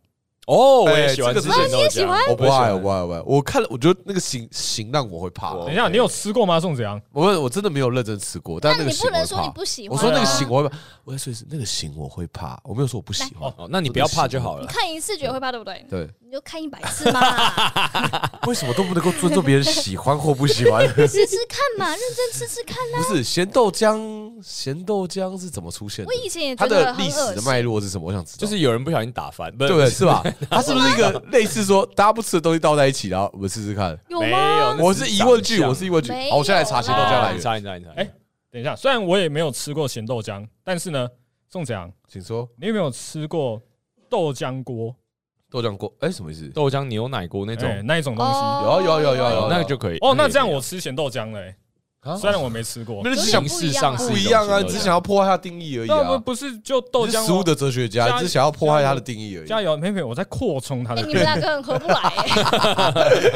Speaker 4: 哦，我
Speaker 1: 哎
Speaker 4: 也喜欢
Speaker 1: 这
Speaker 4: 吃
Speaker 1: 个
Speaker 4: 咸
Speaker 1: 是
Speaker 4: 豆
Speaker 3: 你也喜欢
Speaker 4: 浆，
Speaker 1: 我不爱，我不
Speaker 4: 爱，
Speaker 1: 爱，我不爱。我看了，我觉得那个形形让我会怕。
Speaker 4: 我
Speaker 2: 等一下，你有吃过吗？宋子阳，
Speaker 1: 我我真的没有认真吃过，但那
Speaker 3: 那
Speaker 1: 个
Speaker 3: 你不
Speaker 1: 形我会
Speaker 3: 能说你
Speaker 1: 怕。
Speaker 3: 不喜欢、啊。
Speaker 1: 我说那个形我会怕，我要说是那个形我会怕，我没有说我不喜 欢。
Speaker 4: 哦，那你不要怕就好
Speaker 3: 你
Speaker 4: 了。
Speaker 3: 看一次觉得会怕，对不对？
Speaker 1: 对，
Speaker 3: 你就看一百次 嘛，
Speaker 1: 为什么都不能够尊重别人喜欢或不喜 欢？
Speaker 3: 试试看嘛，认真吃吃看呐、
Speaker 1: 不是咸豆浆，咸豆浆是怎么出现的
Speaker 3: 我？以前也
Speaker 1: 它
Speaker 3: 觉
Speaker 1: 的
Speaker 3: 得很
Speaker 1: 历史
Speaker 3: 恶
Speaker 1: 的
Speaker 3: 心，
Speaker 1: 脉络是什么？我想知道。
Speaker 4: 就是有人不小心打翻，不
Speaker 1: 对
Speaker 4: 是
Speaker 1: 不 对？是吧？它是不是一个类似说大家不吃的东西倒在一起，然后我们试试看？
Speaker 3: 有
Speaker 4: 没有
Speaker 3: 吗？
Speaker 4: 那
Speaker 1: 我是疑问句，
Speaker 4: 长相啊
Speaker 1: 我是疑问句。
Speaker 3: 没
Speaker 1: 好，我现在来查
Speaker 3: 有
Speaker 1: 咸豆
Speaker 4: 豆
Speaker 1: 浆
Speaker 4: 浆
Speaker 1: 来
Speaker 4: 来，你
Speaker 1: 源，
Speaker 4: 猜你猜你猜，
Speaker 2: 哎等一下，虽然我也没有吃过咸豆浆，但是呢，宋子阳，
Speaker 1: 请说
Speaker 2: 你有没有吃过豆浆锅？
Speaker 1: 豆浆锅，哎，什么意思？
Speaker 4: 豆浆牛奶锅那
Speaker 2: 哎那
Speaker 4: 种，
Speaker 2: 那一种东西。
Speaker 3: 哦
Speaker 1: 有啊有啊有啊有啊
Speaker 4: 那个就可以。
Speaker 2: 哦，那这样
Speaker 4: 也可以
Speaker 2: 我吃咸豆浆嘞。
Speaker 1: 啊
Speaker 2: 虽然我没吃过。
Speaker 4: 那是形式上是
Speaker 1: 不一样啊，你只想要破坏它定义而已
Speaker 2: 那不
Speaker 1: 啊。
Speaker 2: 不是就豆
Speaker 1: 你是
Speaker 2: 浆
Speaker 1: 食物的哲学家，
Speaker 2: 加
Speaker 1: 你只想要破坏它的定义而已。
Speaker 2: 加油，妹妹，我在扩充它
Speaker 3: 哎、
Speaker 2: 的
Speaker 3: 你们两个很合不来、 欸，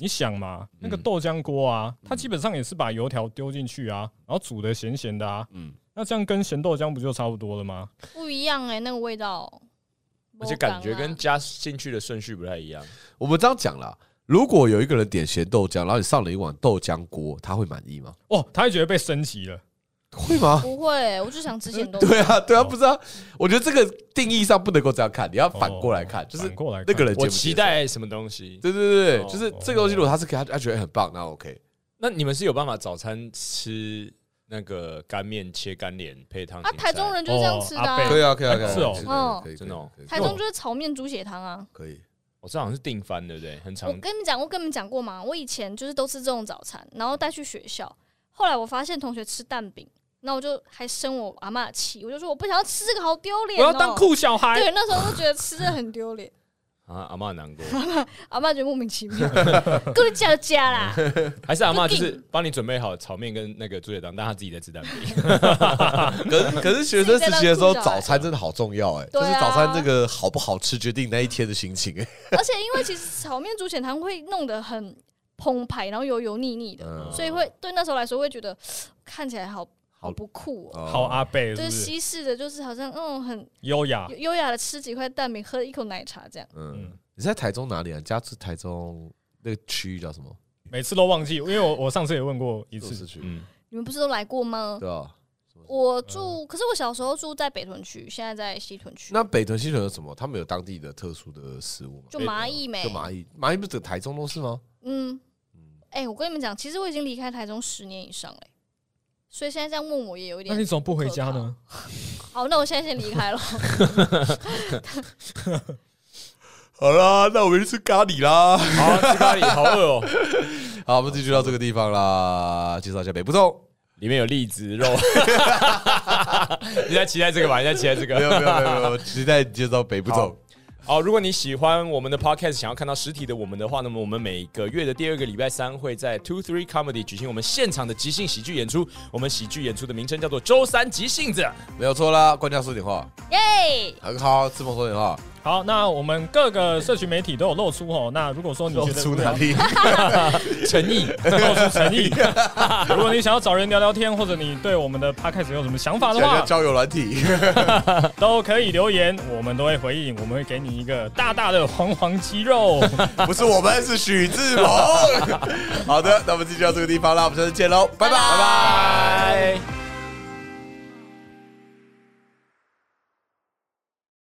Speaker 2: 你想嘛，那
Speaker 1: 嗯
Speaker 2: 个豆浆锅啊，它基本上也是把油条丢进去啊，然后煮的咸咸的啊，
Speaker 1: 嗯
Speaker 2: 那这样跟咸豆浆不就差不多了吗？
Speaker 3: 不一样哎、那个 味道，啊
Speaker 4: 而且感觉跟
Speaker 3: 没
Speaker 4: 加进去的顺序不太一样。
Speaker 1: 我们这样讲啦，如果有一个人点咸豆浆，然后你上了一碗豆浆锅，他会满意吗？
Speaker 2: 哦，他会觉得被升级了。
Speaker 1: 会
Speaker 3: 感啦
Speaker 1: 吗？
Speaker 3: 不会、欸，我就想 吃咸豆
Speaker 1: 对啊，对啊，
Speaker 2: 哦
Speaker 1: 不是啊，我觉得这个定义上不能够这样看，你要反过来看，
Speaker 2: 哦
Speaker 1: 就是
Speaker 2: 反过来看
Speaker 1: 那个人接
Speaker 4: 我
Speaker 1: 不接受
Speaker 4: 期。待什么东西？
Speaker 1: 对对对，
Speaker 4: 哦
Speaker 1: 就是这个东西，如果他是给他他觉得很棒，那 OK。
Speaker 4: 那你们是有办法早餐吃那个干面切干莲配汤
Speaker 3: 啊，
Speaker 4: 芹菜？
Speaker 3: 台中人就是这样吃的、啊
Speaker 2: 哦阿伯可以
Speaker 1: 啊，可以
Speaker 2: 啊可以啊是哦可以
Speaker 3: 哦
Speaker 1: 可以
Speaker 4: 真的哦
Speaker 3: 台中就是炒面、猪血汤啊。
Speaker 1: 可以。
Speaker 4: 我哦这好像是定番，对不对？很
Speaker 3: 我
Speaker 4: 常
Speaker 3: 跟你们讲，我跟你们讲过嘛，我以前就是都吃这种早餐，然后带去学校。后来我发现同学吃蛋饼，那我就还生我阿嬷的气，我就说我不想要吃这个，好丢脸、
Speaker 2: 我
Speaker 3: 哦。
Speaker 2: 要当酷小孩。
Speaker 3: 对，那时候就觉得吃的很丢脸，
Speaker 4: 啊，阿妈难过，
Speaker 3: 阿嬷觉得莫名其 妙，跟你讲家啦。
Speaker 4: 还是阿妈就是帮你准备好炒面跟那个猪血汤，但她自己在吃蛋饼。
Speaker 1: 可是可是学生时期的时
Speaker 3: 自己在那哭
Speaker 1: 候，
Speaker 3: 笑
Speaker 1: 早餐真的好重要哎，就
Speaker 3: 对啊
Speaker 1: 是早餐这个好不好吃决定那一天的心情哎。
Speaker 3: 而且因为其实炒面、猪血汤会弄得很澎湃，然后油油腻腻的，
Speaker 1: 嗯
Speaker 3: 所以会对那时候来说会觉得 看起来好好不酷哦。
Speaker 2: 好，阿贝
Speaker 3: 就
Speaker 2: 不
Speaker 3: 是是
Speaker 2: 是
Speaker 3: 西式的，就是好像嗯很
Speaker 2: 优
Speaker 1: 啊
Speaker 2: 雅
Speaker 3: 优？优雅的吃几块蛋饼，喝一口奶茶这样。
Speaker 1: 嗯
Speaker 2: 嗯，
Speaker 1: 你是在台中哪里啊？你家住台中那个区域叫什么？
Speaker 2: 每次都忘记，因为我我上次也问过一
Speaker 1: 市
Speaker 2: 次。
Speaker 1: 区，
Speaker 4: 嗯，
Speaker 3: 你们不是都来过吗？
Speaker 1: 对啊。
Speaker 3: 我住，可是我小时候住在北屯区，现在在西屯区。
Speaker 1: 那北屯、西屯有什么？他们有当地的特殊的食物吗？
Speaker 3: 就蚂蚁没
Speaker 1: 就蚂蚁，蚂蚁不是整个台中都是吗？
Speaker 3: 嗯，哎、我跟你们讲，其实我已经离开台中十年以上嘞、所以现在这样问我也有一
Speaker 2: 那
Speaker 3: 点
Speaker 2: 你怎么不回家呢？
Speaker 3: 好。那我现在先离开了。
Speaker 1: 好啦，那我们去吃咖喱啦。
Speaker 4: 好啊，吃咖喱，好饿哦。
Speaker 1: 好，我们继续到这个地方啦。介绍一下北部粽，
Speaker 4: 里面有栗子肉， 你在期待这个吧？你在期待这
Speaker 1: 没
Speaker 4: 个？
Speaker 1: 有没有没 有没有，期待介绍北部粽
Speaker 4: 好。好，如果你喜欢我们的 podcast，想要看到实体的我们的话，那么我们每个月的第二个礼拜三会在 Two Three Comedy 举行我们现场的即兴喜剧演出。我们喜剧演出的名称叫做“周三即兴子
Speaker 1: 没有错啦，官家说点话，
Speaker 3: 耶、
Speaker 1: 很好，志鹏说点话，
Speaker 2: 好，那我们各个社群媒体都有露出哦。那如果说你觉得
Speaker 1: 出
Speaker 2: 无聊
Speaker 1: 哪里？”，
Speaker 4: 诚意。
Speaker 2: 露出诚意， 如果你想要找人聊聊天，或者你对我们的 podcast 有什么想法的
Speaker 1: 讲一下
Speaker 2: 话，
Speaker 1: 交友软体，
Speaker 2: 都可以留言，我们都会回应，我们会给你一个大大的黄黄鸡肉。
Speaker 1: 不是我们，是许志鹏。好的，那我们继续到这个地方啦，我们下次见喽，拜拜
Speaker 4: 拜。